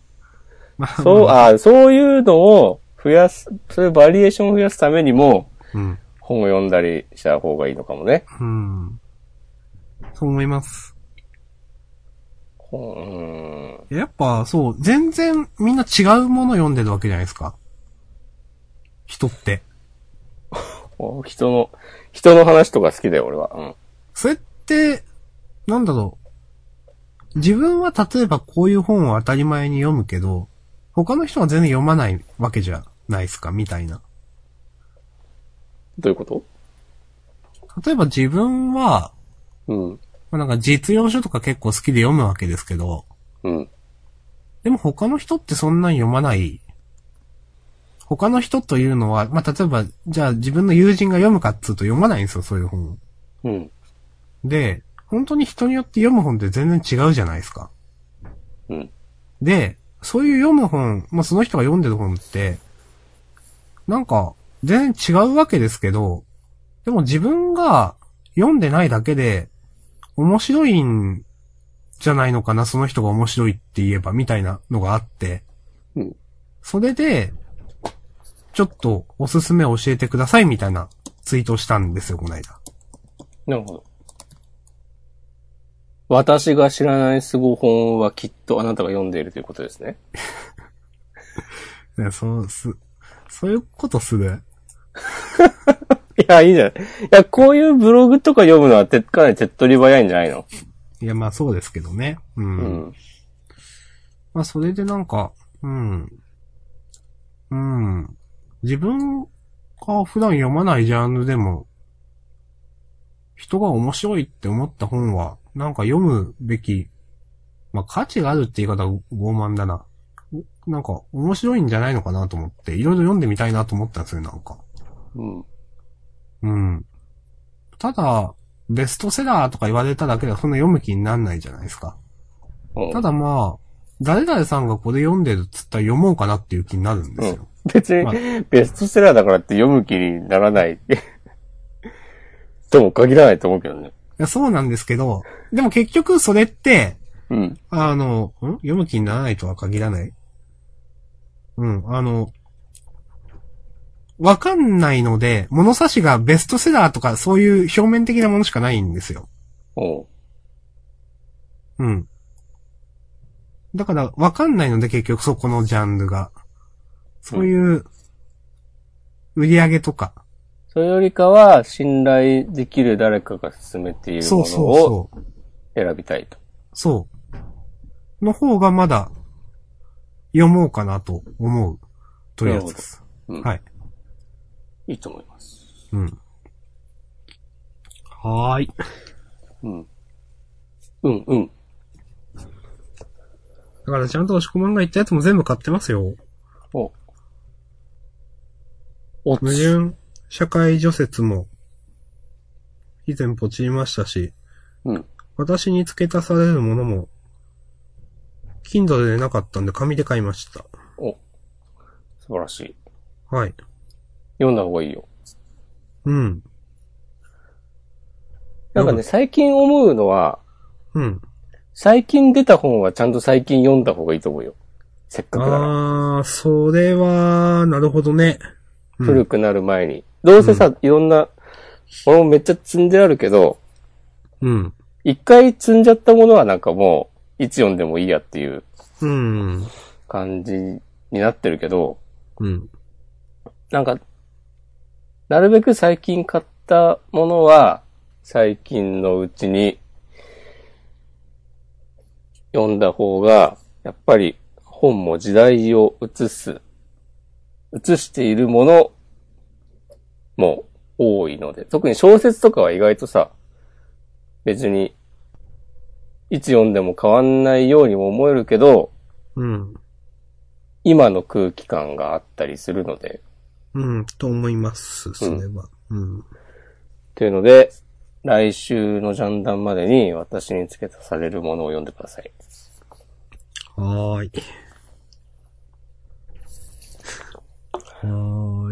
B: まあ
A: そう、
B: まあ
A: あそういうのを増やす、そういうバリエーションを増やすためにも、
B: うん。
A: 本を読んだりした方がいいのかもね。
B: うん。そう思います。
A: うん。
B: やっぱ、そう、全然みんな違うもの読んでるわけじゃないですか。人って。
A: お人の、人の話とか好きだよ、俺は。うん。
B: それって、なんだろう。自分は例えばこういう本を当たり前に読むけど、他の人は全然読まないわけじゃないですか、みたいな。
A: どういうこと
B: 例えば自分は、
A: うん。
B: まあ、なんか実用書とか結構好きで読むわけですけど、
A: うん。
B: でも他の人ってそんなに読まない。他の人というのは、まあ、例えば、じゃあ自分の友人が読むかっつうと読まないんですよ、そういう本を。
A: うん。
B: で、本当に人によって読む本って全然違うじゃないですか。
A: うん。
B: で、そういう読む本、まあ、その人が読んでる本って、なんか、全然違うわけですけど、でも自分が読んでないだけで、面白いんじゃないのかな、その人が面白いって言えば、みたいなのがあって、
A: うん。
B: それで、ちょっとおすすめ教えてください、みたいなツイートをしたんですよ、この間。
A: なるほど。私が知らないスゴ本はきっとあなたが読んでいるということですね。
B: ね、そう、す、そういうことする
A: いや、いいじゃない。いや、こういうブログとか読むのはてかなり手っ取り早いんじゃないの
B: いや、まあそうですけどね。
A: う
B: うん
A: ん。
B: まあ、それでなんか、うん。うん。自分が普段読まないジャンルでも、人が面白いって思った本は、なんか読むべき、まあ、価値があるって言い方は傲慢だな。おなんか、面白いんじゃないのかなと思って、いろいろ読んでみたいなと思ったんですよ、なんか。
A: うん。
B: うん。ただ、ベストセラーとか言われただけではそんな読む気になんないじゃないですか。
A: うん
B: ただまあ、誰々さんがこれ読んでるっつったら読もうかなっていう気になるんですよ。
A: 別に、
B: まあ
A: ベストセラーだからって読む気にならない。とも限らないと思うけどね。
B: いやそうなんですけど、でも結局それって、
A: うん。
B: あの、ん読む気にならないとは限らない。うん、あの、わかんないので、物差しがベストセラーとかそういう表面的なものしかないんですよ。
A: おう
B: うん。だから、わかんないので、結局そこのジャンルが。そういう、売り上げとか。
A: それよりかは、信頼できる誰かが勧めている
B: そ
A: も
B: う
A: の
B: そうそう
A: を。選びたいと。
B: そう。の方がまだ、読もうかなと思う、というやつです。
A: うん
B: はい。
A: いいと思います。
B: うん。はーい。
A: うん。うん、うん。
B: だからちゃんと押し込まんが言ったやつも全部買ってますよ。
A: おお
B: 矛
A: つ。
B: 盾、社会除雪も、以前ポチりましたし、
A: うん。
B: 私に付け足されるものも、Kindle でなかったんで紙で買いました。
A: お素晴らしい。
B: はい。
A: 読んだ方がいいよ。
B: うん。
A: なんかね、最近思うのは、
B: うん。
A: 最近出た本はちゃんと最近読んだ方がいいと思うよ。せっかくなら。
B: あー、それは、なるほどね。うん
A: 古くなる前に。どうせさ、いろんな、俺もめっちゃ積んであるけど、
B: うん。
A: 一回積んじゃったものはなんかもう、いつ読んでもいいやっていう
B: うん。
A: 感じになってるけど、
B: うん。
A: なんか、なるべく最近買ったものは、最近のうちに読んだ方が、やっぱり本も時代を映す、映しているものも多いので、特に小説とかは意外とさ、別に、いつ読んでも変わんないようにも思えるけど、
B: うん。
A: 今の空気感があったりするので、
B: うん。と思います、それは。うん。
A: というので、来週のジャンダンまでに私に付け足されるものを読んでください。
B: はーい。はー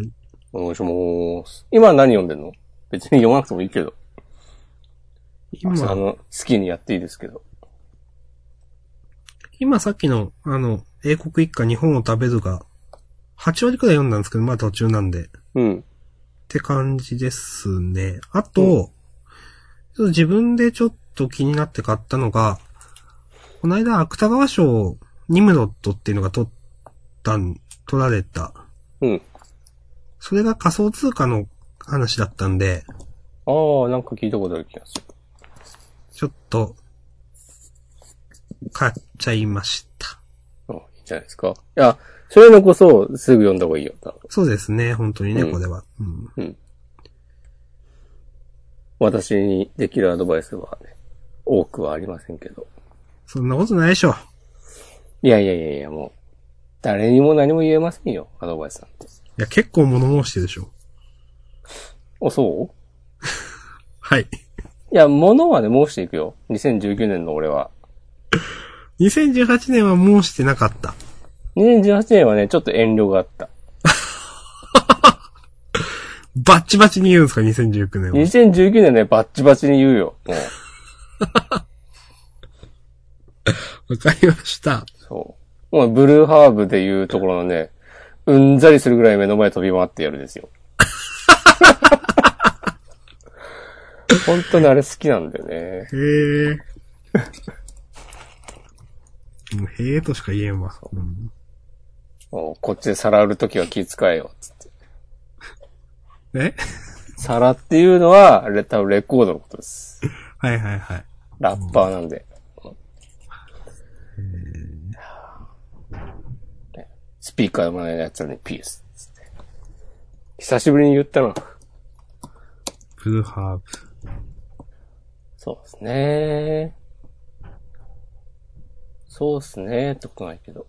B: い。
A: お願いします。今何読んでんの別に読まなくてもいいけど。
B: 今、
A: あの、好きにやっていいですけど。
B: 今さっきの、あの、英国一家日本を食べるが、8割くらい読んだんですけど、まあ途中なんで。
A: うん。
B: って感じですね。あと、自分でちょっと気になって買ったのが、この間、芥川賞、ニムロットっていうのが取ったん、取られた。
A: うん。
B: それが仮想通貨の話だったんで、
A: ああ、なんか聞いたことある気がする。
B: ちょっと、買っちゃいました。
A: あいいんじゃないですか。いや、そういうのこそ、すぐ読んだ方がいいよ。多分
B: そうですね、本当にね、
A: うん
B: これは。うん。
A: 私にできるアドバイスは、ね、多くはありませんけど。
B: そんなことないでしょ。
A: いやいやいやいや、もう、誰にも何も言えませんよ、アドバイスなんて。
B: いや、結構物申してるでしょ。
A: お、そう
B: はい。
A: いや、物はね、申していくよ。2019年の俺は。
B: 2018年は申してなかった。
A: 2018年はね、ちょっと遠慮があった。
B: バッチバチに言うんですか、2019年は。
A: 2019年ね、バッチバチに言うよ。もう、
B: わかりました。
A: そう。もう、ブルーハーブで言うところのね、うんざりするぐらい目の前飛び回ってやるですよ。本当にあれ好きなんだよね。
B: へえ。 もうへえとしか言えんわ。うん
A: もうこっちで皿売るときは気遣えよ、つって。
B: え
A: 皿っていうのは、レ多分レコードのことです。
B: はいはいはい。
A: ラッパーなんで。スピーカーもないやつなのに PS っつって。久しぶりに言ったな。
B: ブルーハーブ。
A: そうですね。そうですね、ってことないけど。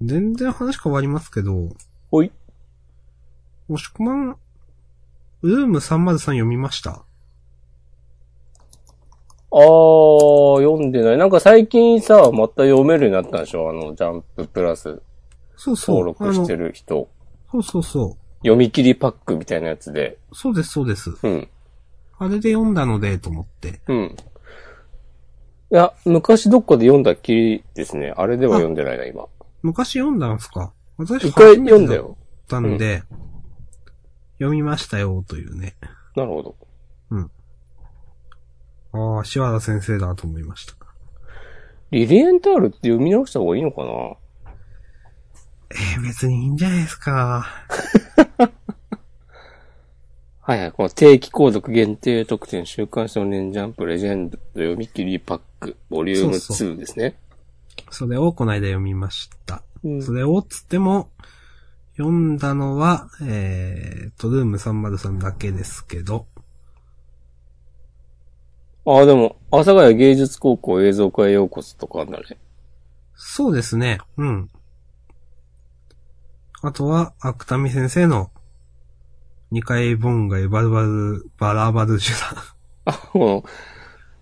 B: 全然話変わりますけど、
A: ほい。
B: おしくまん、ルーム303読みました
A: あー、読んでない。なんか最近さ、また読めるようになったんでしょあの、ジャンププラス
B: そうそう。
A: 登録して
B: る。
A: る人。
B: そうそうそ
A: 読み切りパックみたいなやつで。
B: う。そうですそうです。
A: うん。
B: あれで読んだので、と思って。
A: うん。いや、昔どっかで読んだっきりですね。あれでは読んでないな、今。
B: 昔読んだんすか私
A: 一回
B: 初め
A: 読ん
B: てだ
A: だ
B: っ
A: よ。
B: たんで、読みましたよ、というね。
A: なるほど。
B: ああ、柴田先生だと思いました。
A: リリエンタールって読み直した方がいいのかな
B: えー、別にいいんじゃないですか。
A: はいはい、この定期購読限定特典週刊少年ジャンプレジェンド読み切りパック、ボリューム
B: そうそ
A: 2ですね。
B: それをこないだ読みました。
A: うん
B: それをっつっても、読んだのは、えー、と、ルーム303だけですけど、
A: ああ、でも、阿佐ヶ谷芸術高校映像化へようこそとかあんだね。
B: そうですね、うん。あとは、芥見先生の、二回本がバルバル、バラ バルシュだ。
A: あ、この、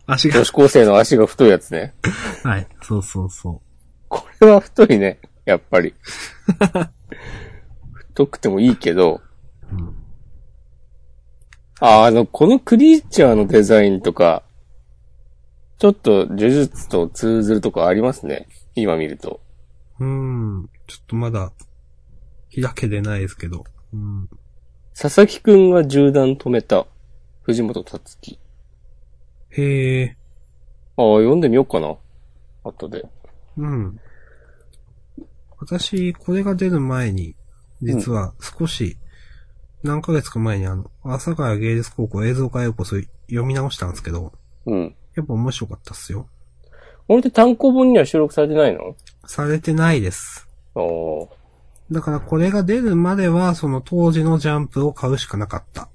B: 足が
A: 女、子高生の足が太いやつね。
B: はい、そうそうそう。
A: これは太いね、やっぱり。 太くてもいいけど、
B: うん、
A: あ、あの、このクリーチャーのデザインとか、ちょっと呪術と通ずるとこありますね。今見ると。
B: うん、ちょっとまだ、開けてないですけど、うん。
A: 佐々木くんが銃弾止めた。藤本達樹。
B: へえ、
A: ああ、読んでみようかな。後で。
B: うん。私、これが出る前に、実は少し、何ヶ月か前にあの、阿佐ヶ谷芸術高校映像化へようこそ読み直したんですけど、
A: うん。
B: やっぱ面白かったっすよ。
A: これって単行本には収録されてないの
B: されてないです。
A: ああ。
B: だからこれが出るまでは、その当時のジャンプを買うしかなかった。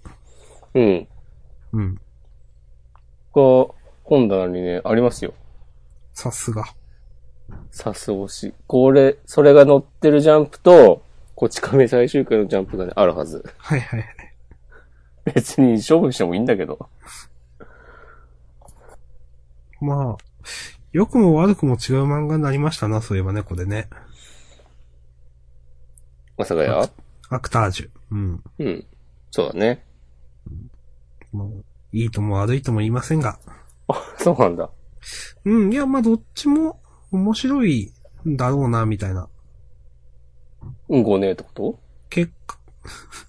A: うん。
B: うん。
A: が、本棚にね、ありますよ。
B: さすが。
A: さす推し。これ、それが載ってるジャンプと、こち亀最終回のジャンプがね、あるはず。
B: はいはいはい。
A: 別に勝負してもいいんだけど。
B: まあ、良くも悪くも違う漫画になりましたな、そういえばね、これね。
A: まさかや
B: アクタージュ。うん。
A: うん。そうだね。
B: まあ、いいとも悪いとも言いませんが、
A: そうなんだ。
B: うん、いや、まあ、どっちも面白いんだろうな、みたいな。
A: うんこねえってこと
B: 結果、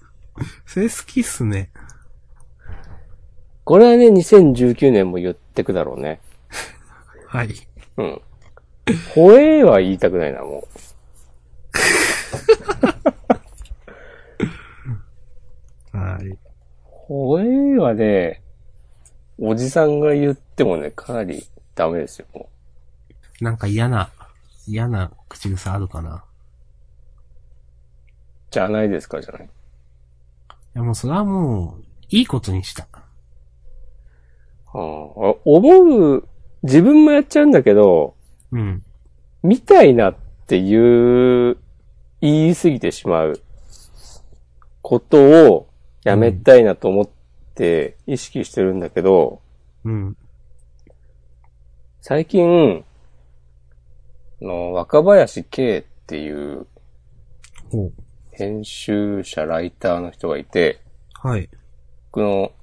B: それ好きっすね。
A: これはね、2019年も言ってくだろうね。
B: はい。
A: うん。ほえーは言いたくないな、もう。
B: はい。
A: ほえーはね、おじさんが言ってもね、かなりダメですよ、もう。
B: なんか嫌な、嫌な口癖あるかな。
A: じゃないですか、じゃない。
B: いや、もうそれはもう、いいことにした。
A: あーあ思う、自分もやっちゃうんだけど、
B: うん。
A: 見たいなっていう、言い過ぎてしまうことをやめたいなと思って意識してるんだけど、
B: うん。
A: 最近、あの若林圭っていう
B: ほう。
A: 編集者、ライターの人がいて、
B: はい。
A: 僕の好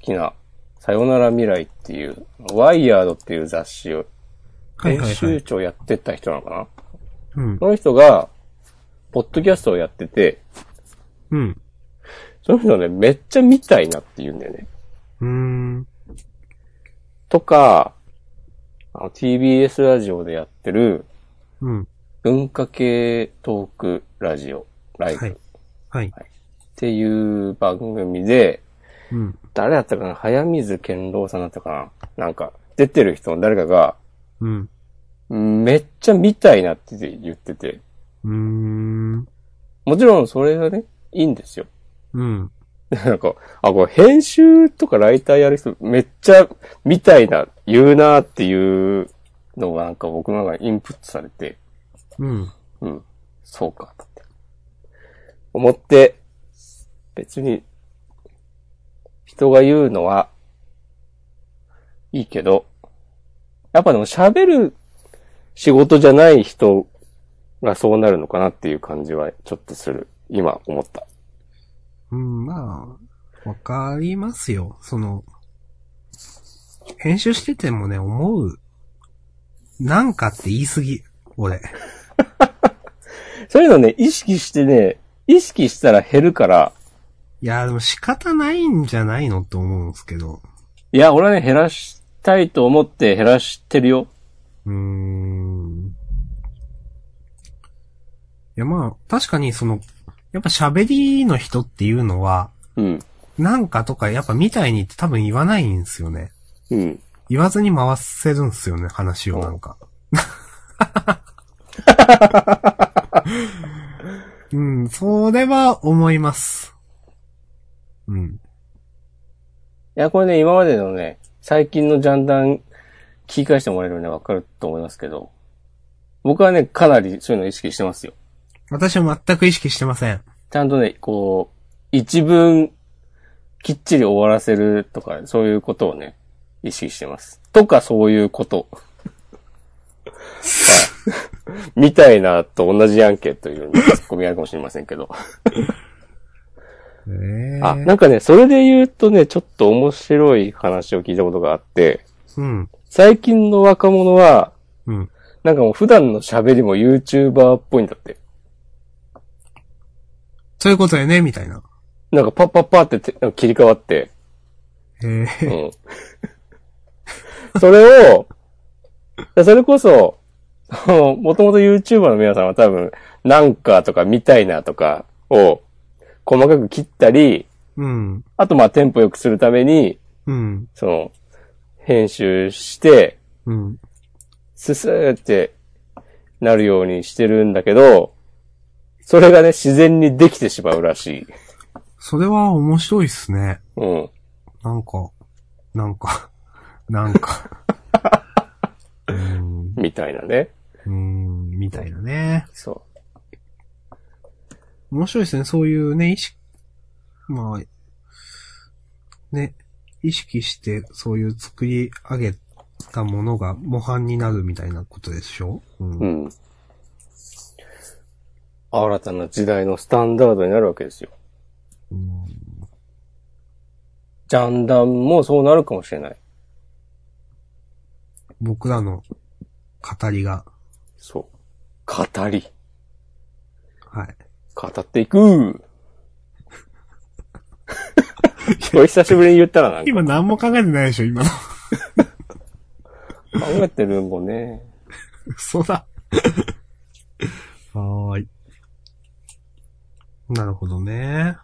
A: きな、さよなら未来っていう、ワイヤードっていう雑誌を
B: はい
A: 編
B: はいは
A: 集
B: い。
A: 長やってた人なのかな、
B: うん
A: そ。の人が、ポッドキャストをやってて、
B: うん。
A: その人ね、めっちゃ見たいなって言うんだよね。
B: うーん。
A: とか、あの TBS ラジオでやってる
B: うん。
A: 文化系トークラジオ、ライブ
B: は
A: っ
B: い。はい。
A: ていう番組で、
B: うん。
A: 誰だったかな早水健郎さんだったかななんか、出てる人の誰かが、
B: うん。
A: めっちゃ見たいなって言ってて。
B: うーん。
A: もちろんそれがね、いいんですよ。
B: うん。
A: なんか、あ、これ編集とかライターやる人めっちゃ見たいな、言うなっていうのがなんか僕の中にインプットされて、
B: うん。
A: うん、そうか、って。思って、別に、人が言うのは、いいけど、やっぱでも喋る仕事じゃない人がそうなるのかなっていう感じはちょっとする。今思った。
B: うん、まあ、わかりますよ。その、編集しててもね、思う。なんかって言い過ぎ。俺。
A: そういうのね、意識してね、意識したら減るから、
B: いや、でも仕方ないんじゃないのって思うんですけど。
A: いや、俺はね、減らしたいと思って減らしてるよ。
B: うーん。いや、まあ、確かにその、やっぱ喋りの人っていうのは、
A: うん。
B: なんかとか、やっぱみたいにって多分言わないんですよね。
A: うん。
B: 言わずに回せるんですよね、話をなんか。うん、それは思います。うん。
A: いや、これね、今までのね、最近のジャンダン、聞き返してもらえるのね、わかると思いますけど、僕はね、かなりそういうのを意識してますよ。
B: 私は全く意識してません。
A: ちゃんとね、こう、一文、きっちり終わらせるとか、そういうことをね、意識してます。とか、そういうこと。 はい。みたいなと同じやんけというねツッコミあるかもしれませんけど。
B: え
A: あ、
B: え
A: なんかね、それで言うとね、ちょっと面白い話を聞いたことがあって、
B: うん。
A: 最近の若者は、
B: うん。
A: なんかもう普段の喋りも YouTuber っぽいんだって。
B: そういうことよね、みたいな。
A: なんかパッパッパっててなんか切り替わって。
B: え
A: う
B: え
A: ん。それを、それこそ、もともと YouTuber の皆さんは多分、なんかとか見たいなとかを細かく切ったり、
B: うん。
A: あとまあテンポ良くするために、
B: うん。
A: その、編集して、
B: うん。
A: ススーってなるようにしてるんだけど、それがね、自然にできてしまうらしい。
B: それは面白いっすね。
A: うん。
B: なんか、なんか、なんか。うーん、
A: みたいなね。
B: うーん、みたいなね。
A: そ
B: 面白いですね。そういうね、意識、まあ、ね、意識して、そういう作り上げたものが模範になるみたいなことでしょう。
A: う。うんん。新たな時代のスタンダードになるわけですよ。
B: うん
A: ジャンダンもそうなるかもしれない。
B: 僕らの語りが、
A: そう。語り。
B: はい。
A: 語っていく これ久しぶりに言ったらなんか
B: 今何も考えてないでしょ、今の。
A: 考えてるもんね。
B: 嘘だ。はーい。なるほどね。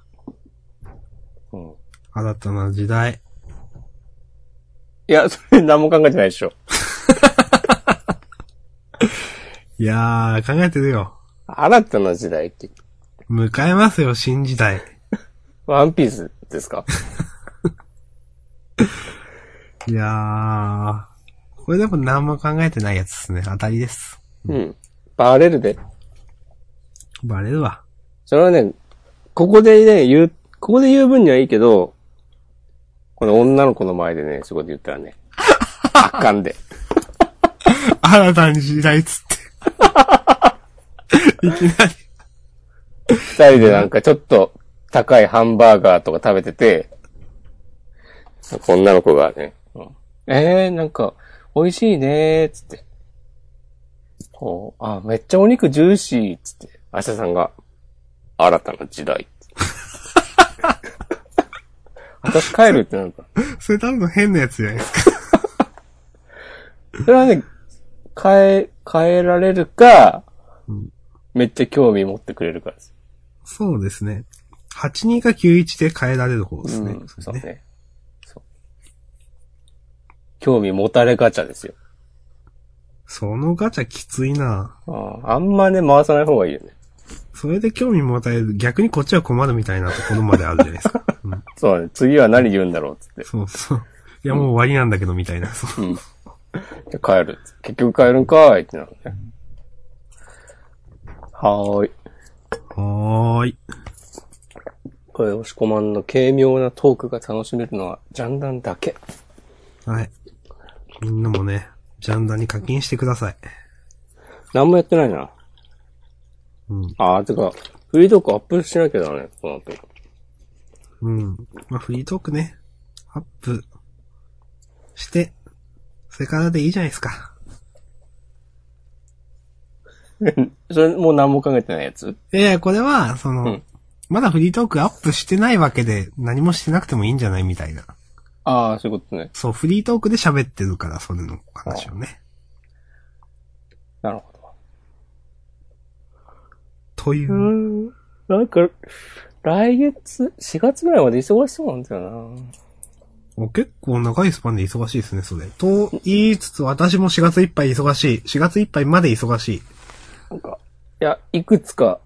A: うん。い
B: 新たな時代。
A: や、それ何も考えてないでしょ。
B: いやー、考えてるよ。
A: 新たな時代って、
B: 迎えますよ、新時代。
A: ワンピースですか
B: いやー。これでも何も考えてないやつですね。当たりです。
A: うん。バレるで。
B: バレるわ。
A: それはね、ここでね、言う、ここで言う分にはいいけど、この女の子の前でね、そこで言ったらね、あかんで。
B: 新たな時代っつって。いきなり。
A: 二人でなんかちょっと高いハンバーガーとか食べてて、なんか女の子がね、うんえー、なんか、美味しいねー、つって。こう、あ、めっちゃお肉ジューシー、つって。アシャさんが、新たな時代。私帰るってなんか。
B: それ多分変なやつじゃないですか。
A: それはね、変え、変えられるか、
B: うん
A: めっちゃ興味持ってくれるからです。
B: そうですね。82か91で変えられる方ですね。
A: うん、
B: そ
A: そうう
B: ね
A: ね。そう。興味持たれガチャですよ。
B: そのガチャきついな
A: あああんまね、回さない方がいいよね。
B: それで興味持たれる。逆にこっちは困るみたいなところまであるじゃないです か。うん、
A: そうだね。次は何言うんだろうっつっ
B: そうそう。いや、もう終わりなんだけど、みたいな。そう
A: て。で帰るっつって。結局帰るんかーいってなるね。はーい。
B: はーい。
A: これ、押し込まんの軽妙なトークが楽しめるのは、ジャンダンだけ。
B: はい。みんなもね、ジャンダに課金してください。
A: 何もやってないな。
B: うん。
A: ああ、てか、フリートークアップしなきゃだね、この後。
B: うん。まあ、フリートークね、アップして、それからでいいじゃないですか。
A: それ、もう何も考えてないやつ
B: いやいや、これは、その、
A: うん
B: まだフリートークアップしてないわけで、何もしてなくてもいいんじゃないみたいな。
A: ああ、そういうことね。
B: そう、フリートークで喋ってるから、それの話をね。
A: なるほど。
B: というう。
A: ん。なんか、来月、4月ぐらいまで忙しそうなんだよ
B: お結構長いスパンで忙しいですね、それ。と言いつつ、私も4月いっぱい忙しい。4月いっぱいまで忙しい。
A: な。なんか、いや、いくつか、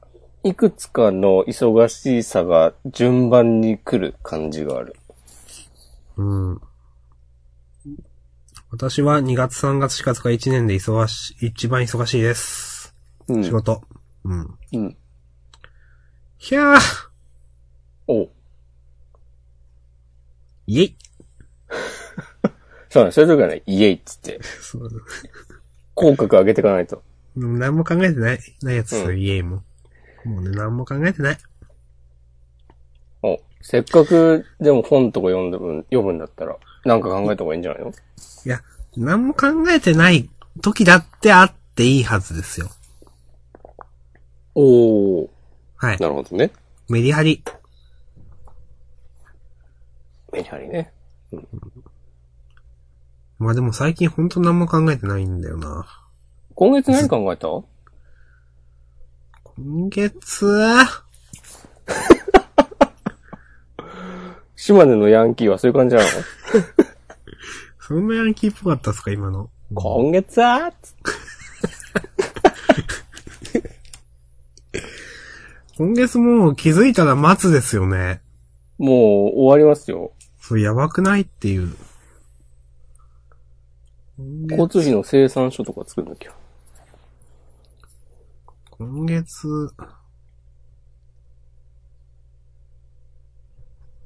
A: いくつかの忙しさが順番に来る感じがある。
B: うん。私は2月、3月、4月が1年で忙し、一番忙しいです。
A: うん
B: 仕事。うん。
A: うん。
B: ひゃー
A: お
B: イェイ
A: そうだね、そういう時はね、イエイっつって、
B: そう
A: 口角上げていかないと。
B: でも何も考えてない。ないやつ、
A: うん
B: そういうイェイも。もうね、何も考えてない。
A: おせっかく、でも本とか読んでも、読むんだったら、なんか考えた方がいいんじゃないの
B: いや、何も考えてない時だってあっていいはずですよ。
A: おー。
B: はい。
A: なるほどね。
B: メリハリ。
A: メリハリね。
B: まあでも最近ほんと何も考えてないんだよな。
A: 今月何考えた
B: 今月、
A: 島根のヤンキーはそういう感じな の
B: そんなヤンキーっぽかったっすか、今の。
A: 今月はつって
B: 今月もう気づいたら末ですよね。
A: もう終わりますよ。
B: そう、やばくないっていう。今
A: 交
B: 月、
A: 通費の生産書とか作るんだっけ
B: 今月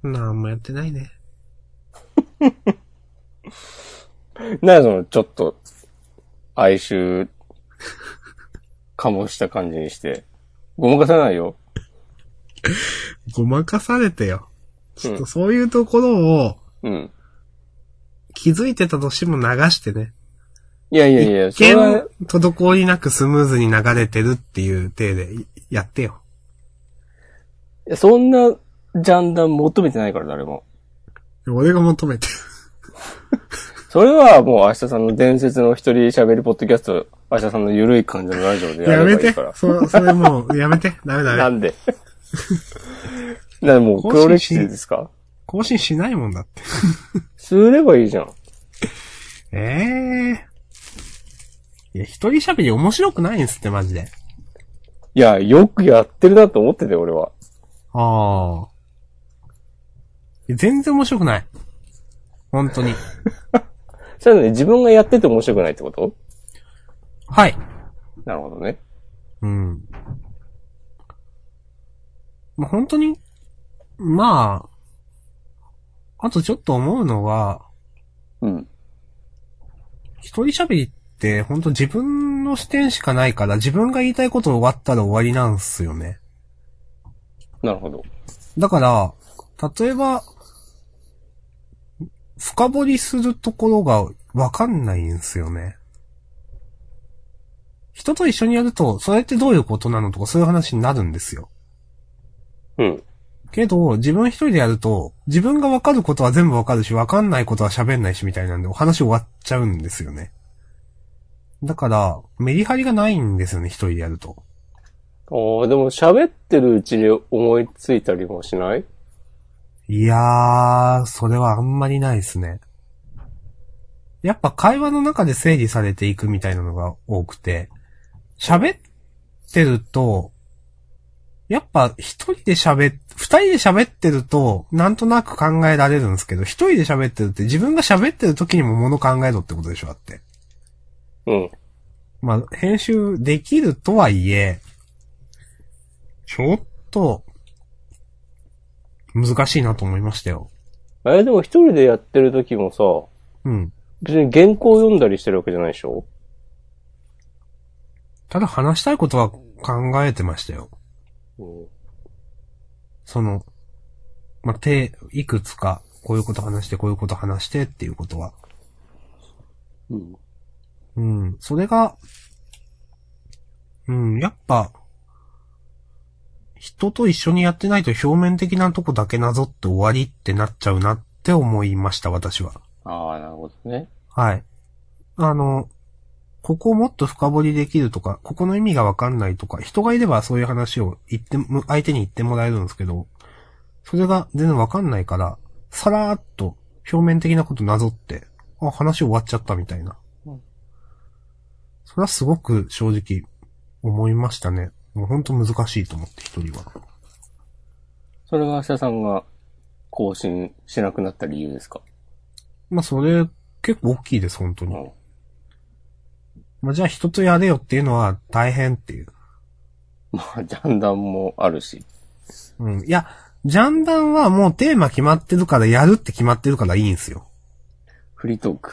B: なんもやってないね。
A: なにその、ちょっと、哀愁、かもした感じにして。ごまかさないよ。
B: ごまかされてよ。ちょっ
A: う
B: とそういうところを
A: うん。
B: 気づいてたとしても流してね。
A: いやいやいや、
B: 一
A: それは
B: 見、滞りなくスムーズに流れてるっていう体でやってよ。
A: そんなジャンダン求めてないから、誰も。
B: 俺が求めてる。
A: それはもう明日さんの伝説の一人喋るポッドキャスト、明日さんの緩い感じのラジオでや
B: や
A: れ
B: め
A: ばい
B: て
A: いから。。
B: そ、それもう、やめて。ダメダ
A: な
B: メ。
A: んでなんでもう黒歴史ですか
B: 更新しないもんだって。
A: すればいいじゃん。
B: ええー。いや、一人喋り面白くないんですって、マジで。
A: いや、よくやってるなと思ってて、俺は。
B: ああ。全然面白くない。本当に。
A: そういうのに自分がやってて面白くないってこと
B: はい。
A: なるほどね。
B: うん。まあ、本当に、まあ、あとちょっと思うのは、
A: うん。
B: 一人喋りって本当自分の視点しかないから、自分が言いたいこと終わったら終わりなんすよね。
A: なるほど。
B: だから、例えば、深掘りするところがわかんないんですよね。人と一緒にやると、それってどういうことなのとかそういう話になるんですよ。
A: うん。
B: けど、自分一人でやると、自分がわかることは全部わかるし、わかんないことは喋んないしみたいなんで、お話終わっちゃうんですよね。だから、メリハリがないんですよね、一人でやると。
A: ああ、でも喋ってるうちに思いついたりもしない
B: いやー、それはあんまりないですね。やっぱ会話の中で整理されていくみたいなのが多くて、喋ってると、やっぱ一人で喋っ、二人で喋ってると、なんとなく考えられるんですけど、一人で喋ってるって自分が喋ってる時にも物考えろってことでしょ、だって。
A: うん。
B: まあ、編集できるとはいえ、ちょっと、難しいなと思いましたよ。
A: あれでも一人でやってる時もさ、
B: うん。
A: 別に原稿読んだりしてるわけじゃないでしょ
B: ただ話したいことは考えてましたよ。
A: うん。
B: その、まあ、手、いくつか、こういうこと話して、こういうこと話してっていうことは。
A: うん。
B: うん。それが、うん、やっぱ、人と一緒にやってないと表面的なとこだけなぞって終わりってなっちゃうなって思いました、私は。
A: ああ、なるほどね。
B: はい。あの、ここをもっと深掘りできるとか、ここの意味がわかんないとか、人がいればそういう話を言っても、相手に言ってもらえるんですけど、それが全然わかんないから、さらーっと表面的なことなぞって、あ、話終わっちゃったみたいな。
A: うん
B: それはすごく正直思いましたね。もうほんと難しいと思って一人は。
A: それが明日さんが更新しなくなった理由ですか
B: まあそれ結構大きいです、本当
A: う
B: に。
A: ん。
B: まあじゃあ人とやれよっていうのは大変っていう。
A: まあ、ジャンダンもあるし。
B: うん。いや、ジャンダンはもうテーマ決まってるからやるって決まってるからいいんすよ。
A: フリートーク。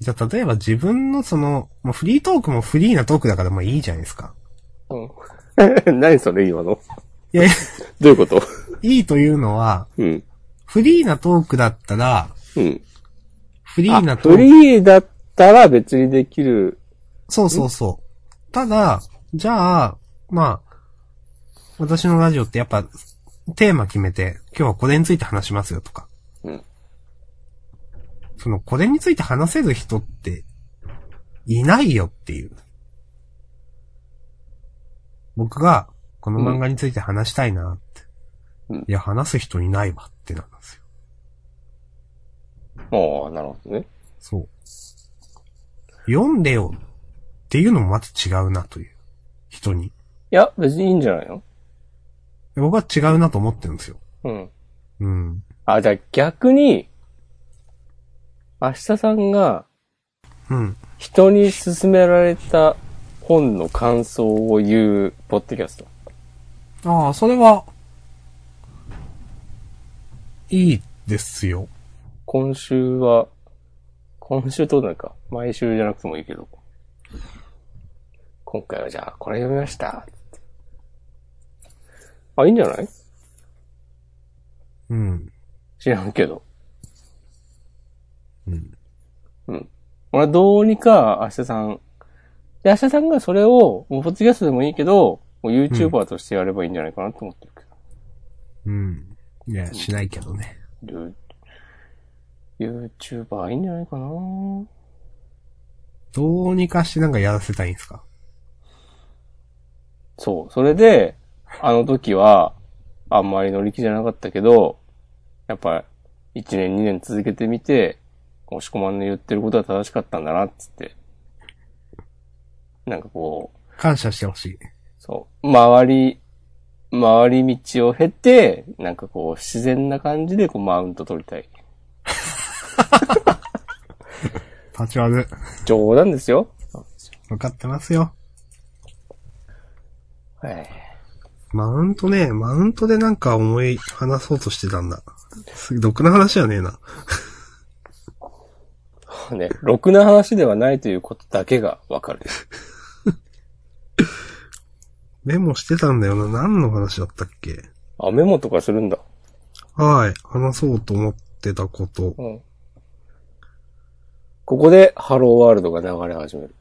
B: じゃあ、例えば自分のその、まあ、フリートークもフリーなトークだからまあいいじゃないですか。
A: うん。 何それ今の
B: いや、いや
A: どういうこと
B: いいというのは、
A: うん。
B: フリーなトークだったら、
A: うん。
B: フリ
A: あ
B: ーなト
A: フ
B: ーク、
A: リーだったら別にできる。
B: そうそうそう。ただ、じゃあ、まあ、私のラジオってやっぱ、テーマ決めて、今日はこれについて話しますよとか。
A: うん。
B: その、これについて話せる人って、いないよっていう。僕が、この漫画について話したいなって。
A: うん
B: いや、話す人いないわってなんですよ。
A: ああ、なるほどね。
B: そう。読んでよっていうのもまた違うなという。人に。
A: いや、別にいいんじゃないの
B: 僕は違うなと思ってるんですよ。
A: うん。
B: うん。
A: あ、じゃあ逆に、明日さんが
B: うん。
A: 人に勧められた本の感想を言うポッドキャスト。
B: ああ、それは、いいですよ。
A: 今週は、今週どうなるか。毎週じゃなくてもいいけど。今回はじゃあ、これ読みました。あ、いいんじゃない
B: うん。
A: 知らんけど。
B: うん。
A: うん。俺はどうにか、明日さん。で、明日さんがそれを、もう、ポッドキャストでもいいけど、もう YouTuber としてやればいいんじゃないかなと思ってるけ
B: うん。いや、しないけどね。
A: ど。ユ YouTuber いいんじゃないかな
B: どうにかしてなんかやらせたいんですか
A: そう。それで、あの時は、あんまり乗り気じゃなかったけど、やっぱ、1年2年続けてみて、押し込まんの言ってることは正しかったんだな、っつって。なんかこう、
B: 感謝してほしい。
A: そう、回り、回り道を経て、なんかこう、自然な感じでこう、マウント取りたい。
B: 立ち悪。
A: 冗談ですよ。
B: 分かってますよ。
A: はい。
B: マウントね、マウントでなんか思い話そうとしてたんだ。すどくな話はねえな。
A: ね、ろくな話ではないということだけがわかる。
B: メモしてたんだよな。何の話だったっけ
A: あ、メモとかするんだ。
B: はい。話そうと思ってたこと。
A: うん。ここで、ハローワールドが流れ始める。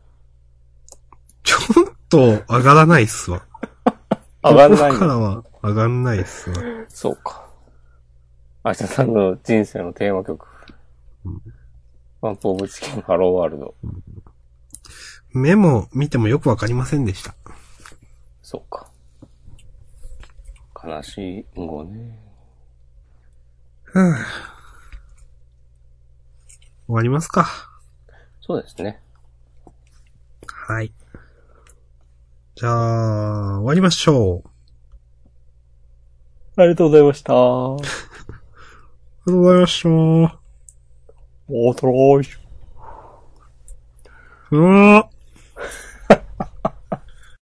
B: ちょっと上がらないっすわ。
A: 上がんない
B: ここから
A: の。
B: は上がんないっすわ。
A: そうか。明日さんの人生のテーマ曲。ワンプオブチキンハローワールド。
B: メモ見てもよくわかりませんでした。
A: そうか。悲しい語ね。
B: 終わりますか。
A: そうですね。
B: はい。じゃあ、終わりましょう。
A: ありがとうございました。お
B: ありがとうございました。う
A: ーとろーし。
B: わー